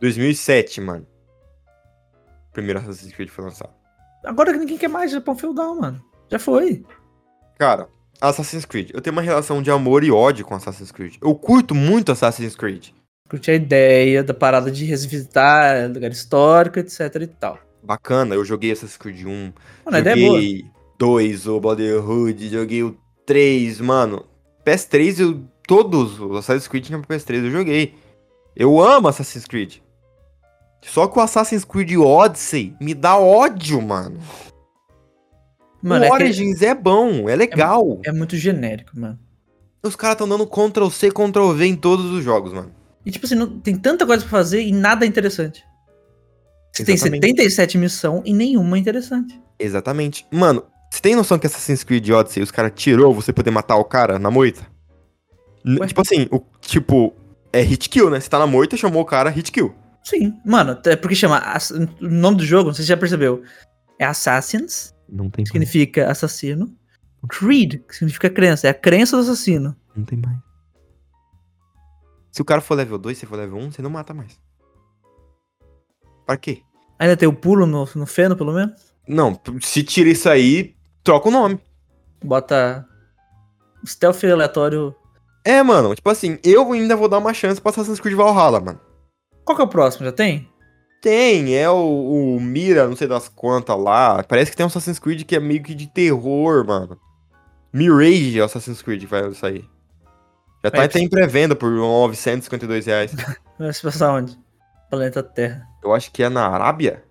S2: 2007, mano. O primeiro Assassin's Creed foi lançado.
S1: Agora que ninguém quer mais Japão um feudal, mano. Já foi.
S2: Cara, Assassin's Creed. Eu tenho uma relação de amor e ódio com Assassin's Creed. Eu curto muito Assassin's Creed.
S1: Curti a ideia da parada de revisitar lugar histórico, etc e tal.
S2: Bacana, eu joguei Assassin's Creed 1.
S1: Mano, a ideia é boa.
S2: joguei 2, o Brotherhood. Joguei o 3, mano. PS3, eu, todos os Assassin's Creed tinham pra PS3, eu joguei. Eu amo Assassin's Creed. Só que o Assassin's Creed Odyssey me dá ódio, mano.
S1: Mano, é,
S2: o
S1: que-
S2: Origins é bom, é legal.
S1: é muito genérico, mano.
S2: Os caras estão dando Ctrl C, Ctrl V em todos os jogos, mano.
S1: E tipo assim, não- tem tanta coisa pra fazer e nada é interessante. Você tem
S2: Exatamente.
S1: 77 missão e nenhuma é interessante.
S2: Exatamente. Mano, você tem noção que Assassin's Creed Odyssey os caras tirou você poder matar o cara na moita? N-
S1: Ué?
S2: Tipo assim, o, tipo, é hit kill, né? Você tá na moita, chamou o cara, hit kill.
S1: Sim, mano, é porque chama. ass- O nome do jogo, não sei se você já percebeu. É Assassins,
S2: Não tem
S1: que significa assassino. Creed, que significa crença. É a crença do assassino.
S2: Não tem mais. Se o cara for level 2, se for level 1, você não mata mais. Pra quê?
S1: Ainda tem o pulo no, no feno, pelo menos.
S2: Não, se tira isso aí, troca o nome.
S1: Bota. Stealth aleatório.
S2: É, mano, tipo assim, eu ainda vou dar uma chance pra Assassin's Creed Valhalla, mano.
S1: Qual que é o próximo? Já tem?
S2: Tem, é o, o Mira, não sei das quantas lá. Parece que tem um Assassin's Creed que é meio que de terror, mano. Mirage é o Assassin's Creed que vai sair. Já tá
S1: Aí,
S2: até em pré-venda por R$ 952 reais.
S1: Vai se passar onde? Planeta Terra.
S2: Eu acho que é na Arábia?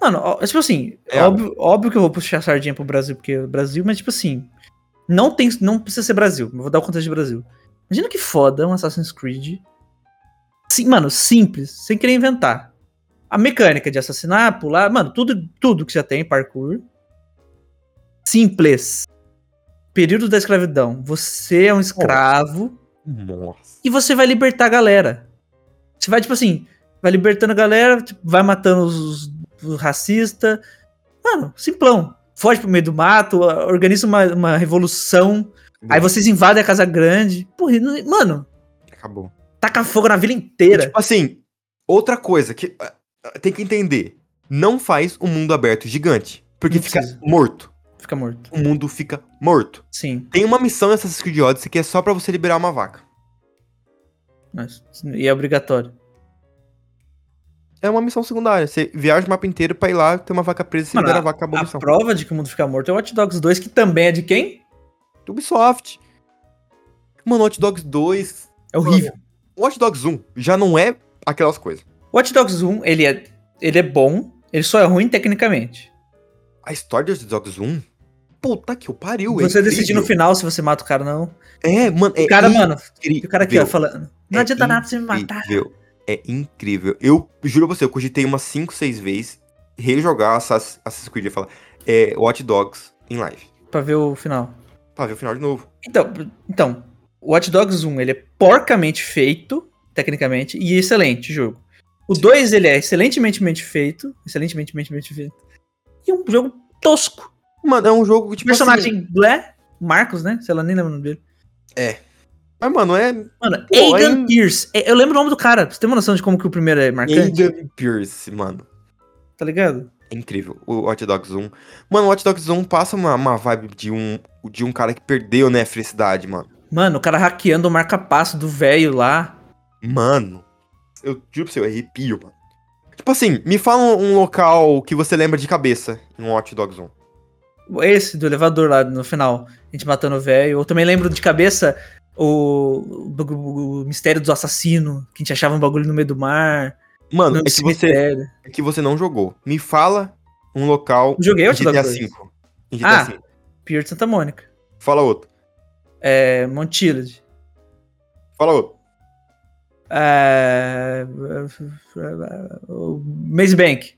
S1: Mano, ó, tipo assim,
S2: É,
S1: óbvio, óbvio que eu vou puxar a sardinha pro Brasil, porque é o Brasil, mas tipo assim, Não, tem, não precisa ser Brasil, eu vou dar o contexto de Brasil. Imagina que foda um Assassin's Creed. Sim, mano, simples, sem querer inventar. A mecânica de assassinar, pular, mano, tudo, tudo que já tem, parkour. Simples. Período da escravidão. Você é um escravo
S2: Nossa.
S1: e você vai libertar a galera. Você vai, tipo assim, vai libertando a galera, tipo, vai matando os, os racistas. Mano, simplão. Foge pro meio do mato, a- organiza uma, uma revolução. Aí vocês invadem a Casa Grande. Porra, e não- mano,
S2: Acabou.
S1: taca fogo na vila
S2: E,
S1: inteira.
S2: Tipo assim, outra coisa que ah, ah, tem que entender. Não faz um mundo aberto gigante. Porque
S1: Não
S2: fica
S1: precisa.
S2: morto.
S1: Fica morto.
S2: O mundo fica morto.
S1: Sim.
S2: Tem uma missão em Assassin's Creed Odyssey que é só pra você liberar uma vaca.
S1: mas- e é obrigatório.
S2: É uma missão secundária. Você viaja o mapa inteiro pra ir lá, tem uma vaca presa, você
S1: Mano,
S2: libera a vaca, acabou a
S1: A
S2: missão.
S1: prova de que o mundo fica morto é o Watch Dogs 2, que também é de quem?
S2: Ubisoft. Mano, Hot Dogs 2.
S1: É horrível.
S2: Watch Dogs 1 já não é aquelas coisas.
S1: Watch Dogs 1, ele é, ele é bom, ele só é ruim tecnicamente.
S2: A história de Watch Dogs 1? Puta que eu pariu, é
S1: você decidir no
S2: incrível.
S1: final se você mata o cara ou não.
S2: É, mano, é
S1: O cara, mano,
S2: incrível.
S1: o cara aqui, ó, falando. Não
S2: É
S1: adianta nada você me matar.
S2: incrível. É incrível. Eu juro pra você, eu cogitei umas 5, 6 vezes rejogar Assass- Assassin's Creed e falar é, Watch Dogs em live.
S1: Pra ver o final.
S2: Pra ver o final de novo.
S1: Então, então, o Watch Dogs 1, ele é porcamente feito, tecnicamente, e excelente jogo. O 2, ele é excelentemente mente feito, excelentemente mente mente feito, e um jogo tosco.
S2: Mano, é um jogo que, tipo assim...
S1: personagem Blé, Marcos, né? Sei lá, nem lembro o nome dele.
S2: Mas, mano, é
S1: Mano,
S2: Pô,
S1: Aidan
S2: aí-
S1: Pierce. É, Eu lembro o nome do cara. Pra Você tem uma noção de como que o primeiro é marcante?
S2: Aiden Pierce, mano.
S1: Tá ligado?
S2: É incrível, o Hot Dogs 1. Mano, o Hot Dogs 1 passa uma, uma vibe de um, de um cara que perdeu, né, a felicidade, mano.
S1: Mano, o cara hackeando o marca-passo do velho lá.
S2: Mano, eu juro pra você, eu arrepio, mano. Tipo assim, me fala um local que você lembra de cabeça em um Hot Dogs 1.
S1: Esse do elevador lá no final. A gente matando o velho. Eu também lembro de cabeça o, o bagu- o mistério do assassino. Que a gente achava um bagulho no meio do mar.
S2: Mano,
S1: no
S2: é que, você,
S1: cemitério.
S2: é que você não jogou. Me fala um local
S1: Eu joguei
S2: em
S1: Hot
S2: GTA
S1: Dogs 2.
S2: V. Em GTA
S1: Ah.
S2: V.
S1: Pier de Santa Mônica.
S2: Fala outro.
S1: É, Montillade.
S2: Fala outro.
S1: É, o Maze Bank.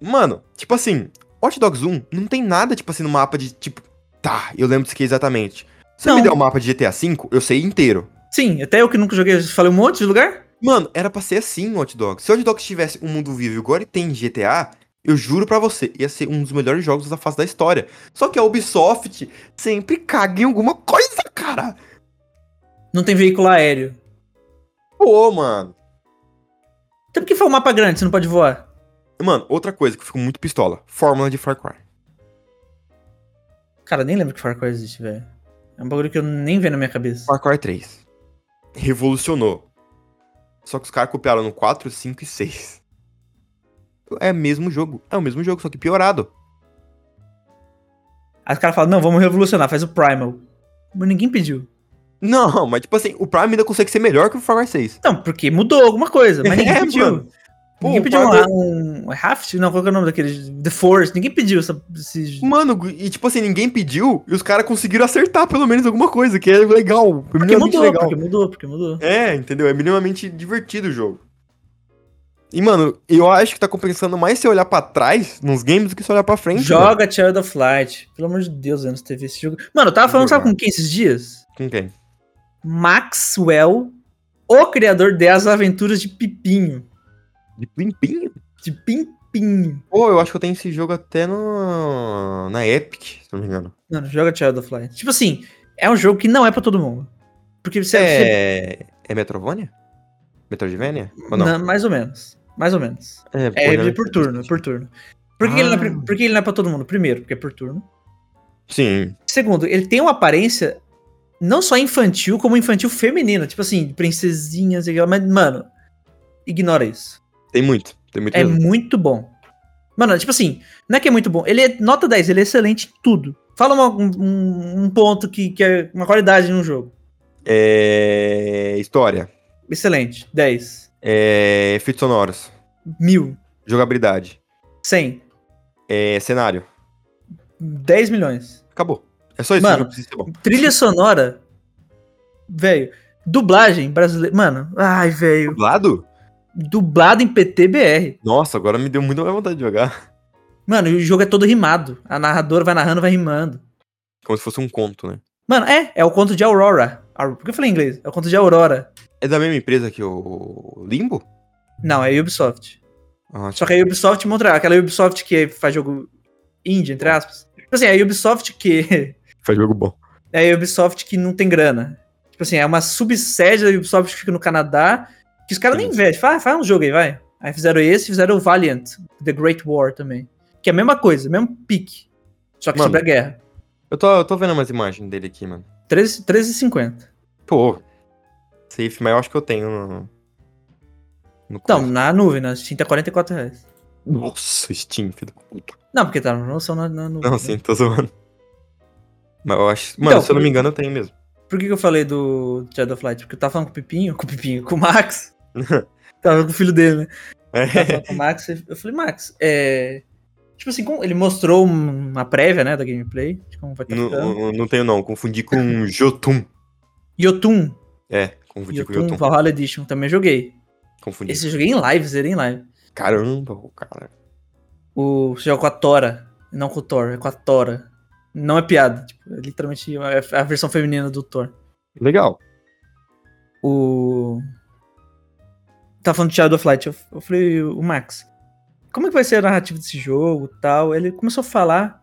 S2: Mano, tipo assim, Hot Dogs 1 não tem nada, tipo assim, no mapa de tipo. Tá, eu lembro disso aqui exatamente. Se eu me
S1: Não.
S2: der o mapa de GTA V, eu sei inteiro.
S1: Sim, até eu que nunca joguei, falei um monte de lugar.
S2: Mano, era pra ser assim o Hot Dogs. Se o Hot Dogs tivesse um mundo vivo igual ele tem em GTA, eu juro pra você, ia ser um dos melhores jogos da face da história. Só que a Ubisoft sempre caga em alguma coisa, cara.
S1: Não tem veículo aéreo.
S2: Pô, mano.
S1: Até porque foi um mapa grande, você não pode voar.
S2: Mano, outra coisa que eu fico muito pistola. Fórmula de Far Cry.
S1: Cara, nem lembro que Far Cry existe, velho. É um bagulho que eu nem vejo na minha cabeça.
S2: Far Cry 3. Revolucionou. Só que os caras copiaram no 4, 5 e 6. É o mesmo jogo. É o mesmo jogo, só que piorado.
S1: Aí os caras falam, não, vamos revolucionar, faz o Primal. Mas ninguém pediu.
S2: Não, mas tipo assim, o Prime ainda consegue ser melhor que o Far Cry 6.
S1: Não, porque mudou alguma coisa, mas ninguém
S2: É,
S1: pediu.
S2: mano. Pô,
S1: ninguém
S2: o
S1: pediu
S2: Primal-
S1: um, um Raft? Não, qual que é o nome daquele? The Force. Ninguém pediu essa, esse...
S2: Mano, e tipo assim, ninguém pediu e os caras conseguiram acertar pelo menos alguma coisa, que é legal.
S1: Porque
S2: minimamente
S1: mudou,
S2: legal.
S1: porque mudou, porque mudou.
S2: É, entendeu? É minimamente divertido o jogo. E, mano, eu acho que tá compensando mais se olhar pra trás nos games do que se olhar pra frente. velho.
S1: Joga Child of Light. Pelo amor de Deus, anos teve esse jogo. Mano, eu tava falando, sabe com quem esses dias?
S2: Com quem?
S1: Maxwell, o criador das aventuras de Pipinho.
S2: De Plimpinho?
S1: De Pimpinho.
S2: Pô, eu acho que eu tenho esse jogo até no... na Epic, se não me engano.
S1: Mano, joga Child of Light. Tipo assim, é um jogo que não é pra todo mundo. Porque você você-
S2: É... é Metrovania? Metroidvania? Ou não?
S1: na- mais ou menos. Mais ou menos. É,
S2: porra, né?
S1: por turno, é por turno. Por que, ele não é, pri-
S2: Ah.
S1: por que ele não é pra todo mundo? Primeiro, porque é por turno.
S2: Sim.
S1: Segundo, ele tem uma aparência não só infantil, como infantil feminina. Tipo assim, princesinhas e aquela- Mas, mano, ignora isso.
S2: Tem muito. Tem muito
S1: É
S2: mesmo.
S1: muito bom. Mano, tipo assim, não é que é muito bom. Ele é nota 10, ele é excelente em tudo. Fala uma- um, um ponto que, que é uma qualidade num jogo.
S2: É... História.
S1: Excelente, 10.
S2: É... Efeitos sonoros.
S1: mil,
S2: Jogabilidade.
S1: cem,
S2: É... Cenário.
S1: dez milhões.
S2: Acabou. É só isso,
S1: Mano,
S2: não precisa ser bom.
S1: Trilha sonora. Velho. Dublagem brasileira. Mano, ai, velho.
S2: Dublado?
S1: Dublado em PTBR.
S2: Nossa, agora me deu muita mais vontade de jogar.
S1: Mano, e o jogo é todo rimado. A narradora vai narrando, vai rimando.
S2: Como se fosse um conto, né?
S1: Mano, é. É o conto de Aurora. Aur- Por que eu falei em inglês? É o conto de Aurora.
S2: É da mesma empresa que o Limbo?
S1: Não, é Ubisoft.
S2: Ah,
S1: Só que a Ubisoft Montreal, aquela Ubisoft que faz jogo indie, entre aspas. Tipo assim, a Ubisoft que
S2: faz jogo bom.
S1: é a Ubisoft que não tem grana. Tipo assim, é uma subsede da Ubisoft que fica no Canadá, que os caras nem
S2: Sim.
S1: investem. Fala, faz um jogo aí, vai. Aí fizeram esse, fizeram o Valiant, The Great War também. Que é a mesma coisa, mesmo pique. Só que
S2: Mano.
S1: sobre a guerra.
S2: Eu tô, eu tô vendo umas imagens dele aqui, mano.
S1: 13 13,50.
S2: Pô, safe, mas eu acho que eu tenho no. no
S1: Então,
S2: coisa.
S1: na nuvem, na Steam tá 44 reais.
S2: Nossa, Steam, filho da puta.
S1: Não, porque tá na promoção na, na nuvem.
S2: Não,
S1: né?
S2: sim, tô zoando. Mas eu acho. Mano,
S1: Então,
S2: se eu não me engano, eu tenho mesmo.
S1: Por que, que eu falei do Shadow of Light? Porque eu tava falando com o Pipinho, com o Pipinho, com o Max. tava com o filho dele, né? tava
S2: É.
S1: falando com o Max, eu falei, Max, é. Tipo assim, como- ele mostrou um- uma prévia, né, da gameplay, de como vai estar
S2: Não-
S1: ficando.
S2: não, não tenho, não. Confundi com Jotun.
S1: Yotun,
S2: É, confundi com
S1: Yotun,
S2: Jotun.
S1: Valhalla Edition, também joguei.
S2: Confundi.
S1: Esse eu joguei em live, zerei em live.
S2: Caramba, o cara.
S1: O você joga com a Tora, não com o Thor, é com a Tora. Não é piada, tipo, é literalmente a, a versão feminina do Thor.
S2: Legal.
S1: O. Tá falando de Shadow of Light. Eu, eu falei, o Max, como é que vai ser a narrativa desse jogo e tal? Ele começou a falar.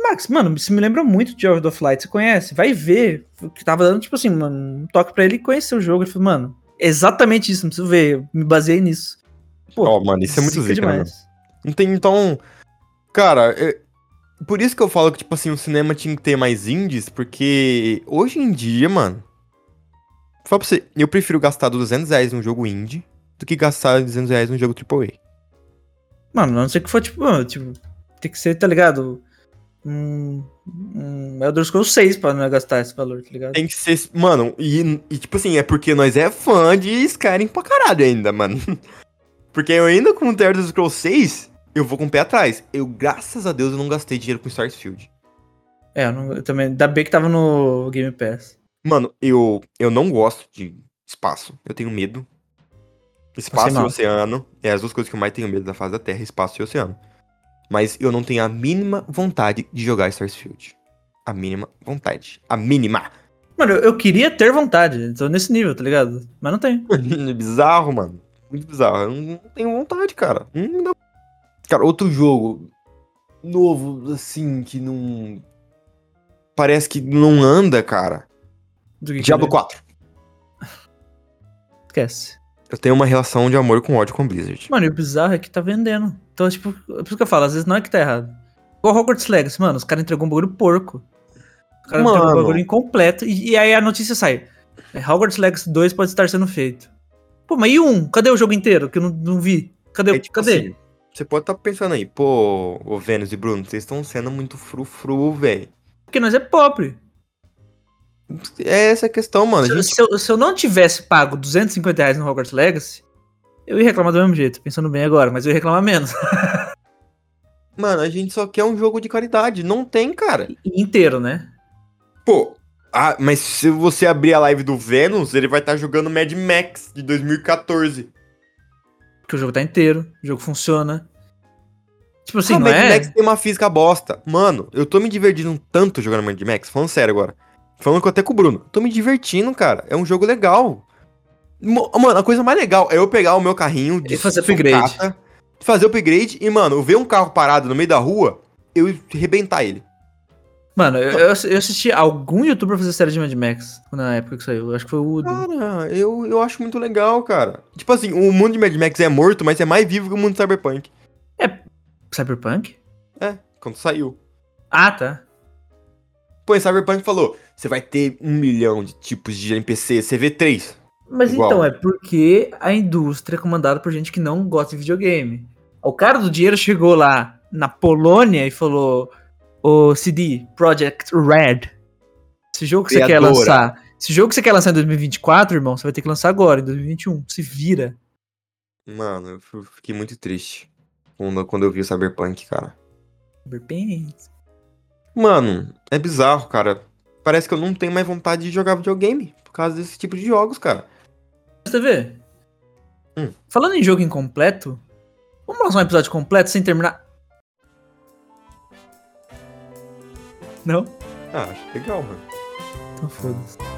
S1: Max, mano, isso me lembra muito de Shadow of Light. Você conhece? Vai ver. Que tava dando, tipo assim, mano, um toque pra ele conhecer o jogo. Ele falou, mano, é exatamente isso, não preciso ver. Eu me baseei nisso. Pô,
S2: Ó, mano, isso é muito zica, né, meu?
S1: demais.
S2: Não tem, então. Cara, é- por isso que eu falo que, tipo assim, o cinema tinha que ter mais indies, porque hoje em dia, mano. Fala pra você, eu prefiro gastar 200 reais num jogo indie do que gastar 200 reais num jogo AAA.
S1: Mano, a não ser que for, tipo, mano, tipo, tem que ser, tá ligado? Um, um Elder Scrolls 6 pra não gastar esse valor, tá ligado?
S2: Tem que ser. Mano, e, e, tipo assim, é porque nós é fã de Skyrim pra caralho ainda, mano. Porque eu ainda com o The Elder Scrolls 6, eu vou com o pé atrás. Eu, graças a Deus, eu não gastei dinheiro com Starfield.
S1: É, eu, não- eu também. Ainda bem que tava no Game Pass.
S2: Mano, eu, eu não gosto de espaço. Eu tenho medo. Espaço e
S1: mal.
S2: oceano. É as duas coisas que eu mais tenho medo da face da Terra, espaço e oceano. Mas eu não tenho a mínima vontade de jogar Starfield. A mínima vontade. A mínima.
S1: Mano, eu, eu queria ter vontade. Tô nesse nível, tá ligado? Mas não tem.
S2: bizarro, mano. Muito bizarro. Eu não não tenho vontade, cara. Hum, Não me dá- Cara, outro jogo novo, assim, que não. Parece que não anda, cara.
S1: Do que
S2: Diablo
S1: querer.
S2: 4.
S1: Esquece.
S2: Eu tenho uma relação de amor com ódio com Blizzard.
S1: Mano, e o bizarro é que tá vendendo. Então, tipo, é por isso que eu falo, às vezes não é que tá errado. Igual Hogwarts Legacy, mano, os caras entregou um bagulho porco. Os caras entregou um
S2: Mano.
S1: bagulho incompleto. E, e aí a notícia sai. é, Hogwarts Legacy 2 pode estar sendo feito. Pô, mas e um? Cadê o jogo inteiro? Que eu não, não vi. Cadê?
S2: É tipo
S1: Então, Cadê?
S2: assim, você pode estar pensando aí, pô, ô Vênus e Bruno, vocês estão sendo muito frufru, velho.
S1: Porque nós é pobre.
S2: É essa a questão, mano.
S1: Se,
S2: A
S1: eu-
S2: gente,
S1: se eu, se eu não tivesse pago 250 reais no Hogwarts Legacy, eu ia reclamar do mesmo jeito, pensando bem agora, mas eu ia reclamar menos.
S2: mano, a gente só quer um jogo de qualidade. Não tem, cara.
S1: E Inteiro, né?
S2: Pô, ah, mas se você abrir a live do Vênus, ele vai estar jogando Mad Max de 2014.
S1: Porque o jogo tá inteiro, o jogo funciona. Tipo assim,
S2: ah,
S1: não
S2: Mad
S1: é?
S2: Max tem uma física bosta. Mano, eu tô me divertindo um tanto jogando Mad Max, falando sério agora. Falando com- até com o Bruno. Tô me divertindo, cara. É um jogo legal. Mo- Mano, a coisa mais legal é eu pegar o meu carrinho
S1: E fazer upgrade.
S2: sucata, fazer upgrade e, mano, eu ver um carro parado no meio da rua, eu arrebentar ele.
S1: Mano, eu, eu ass- eu assisti algum youtuber fazer série de Mad Max na época que saiu. Acho que foi o Udo.
S2: Cara, eu, eu acho muito legal, cara. Tipo assim, o mundo de Mad Max é morto, mas é mais vivo que o mundo de Cyberpunk.
S1: Cyberpunk?
S2: É, quando saiu.
S1: Ah, tá.
S2: Pô, e Cyberpunk falou: você vai ter um milhão de tipos de NPC, você vê três.
S1: Mas
S2: Igual.
S1: então, é porque a indústria é comandada por gente que não gosta de videogame. O cara do dinheiro chegou lá na Polônia e falou: Ô CD, Project Red, esse jogo que você quer
S2: Criadora.
S1: lançar. Esse jogo que você quer lançar em 2024, irmão, você vai ter que lançar agora, em 2021. Se vira.
S2: Mano, eu fu- fiquei muito triste quando, quando eu vi o Cyberpunk, cara.
S1: Cyberpunk.
S2: Mano, é bizarro, cara. Parece que eu não tenho mais vontade de jogar videogame por causa desse tipo de jogos, cara.
S1: Mas TV.
S2: Hum.
S1: Falando em jogo incompleto, vamos lançar um episódio completo sem terminar. Não?
S2: Ah, acho legal, mano.
S1: Então foda-se.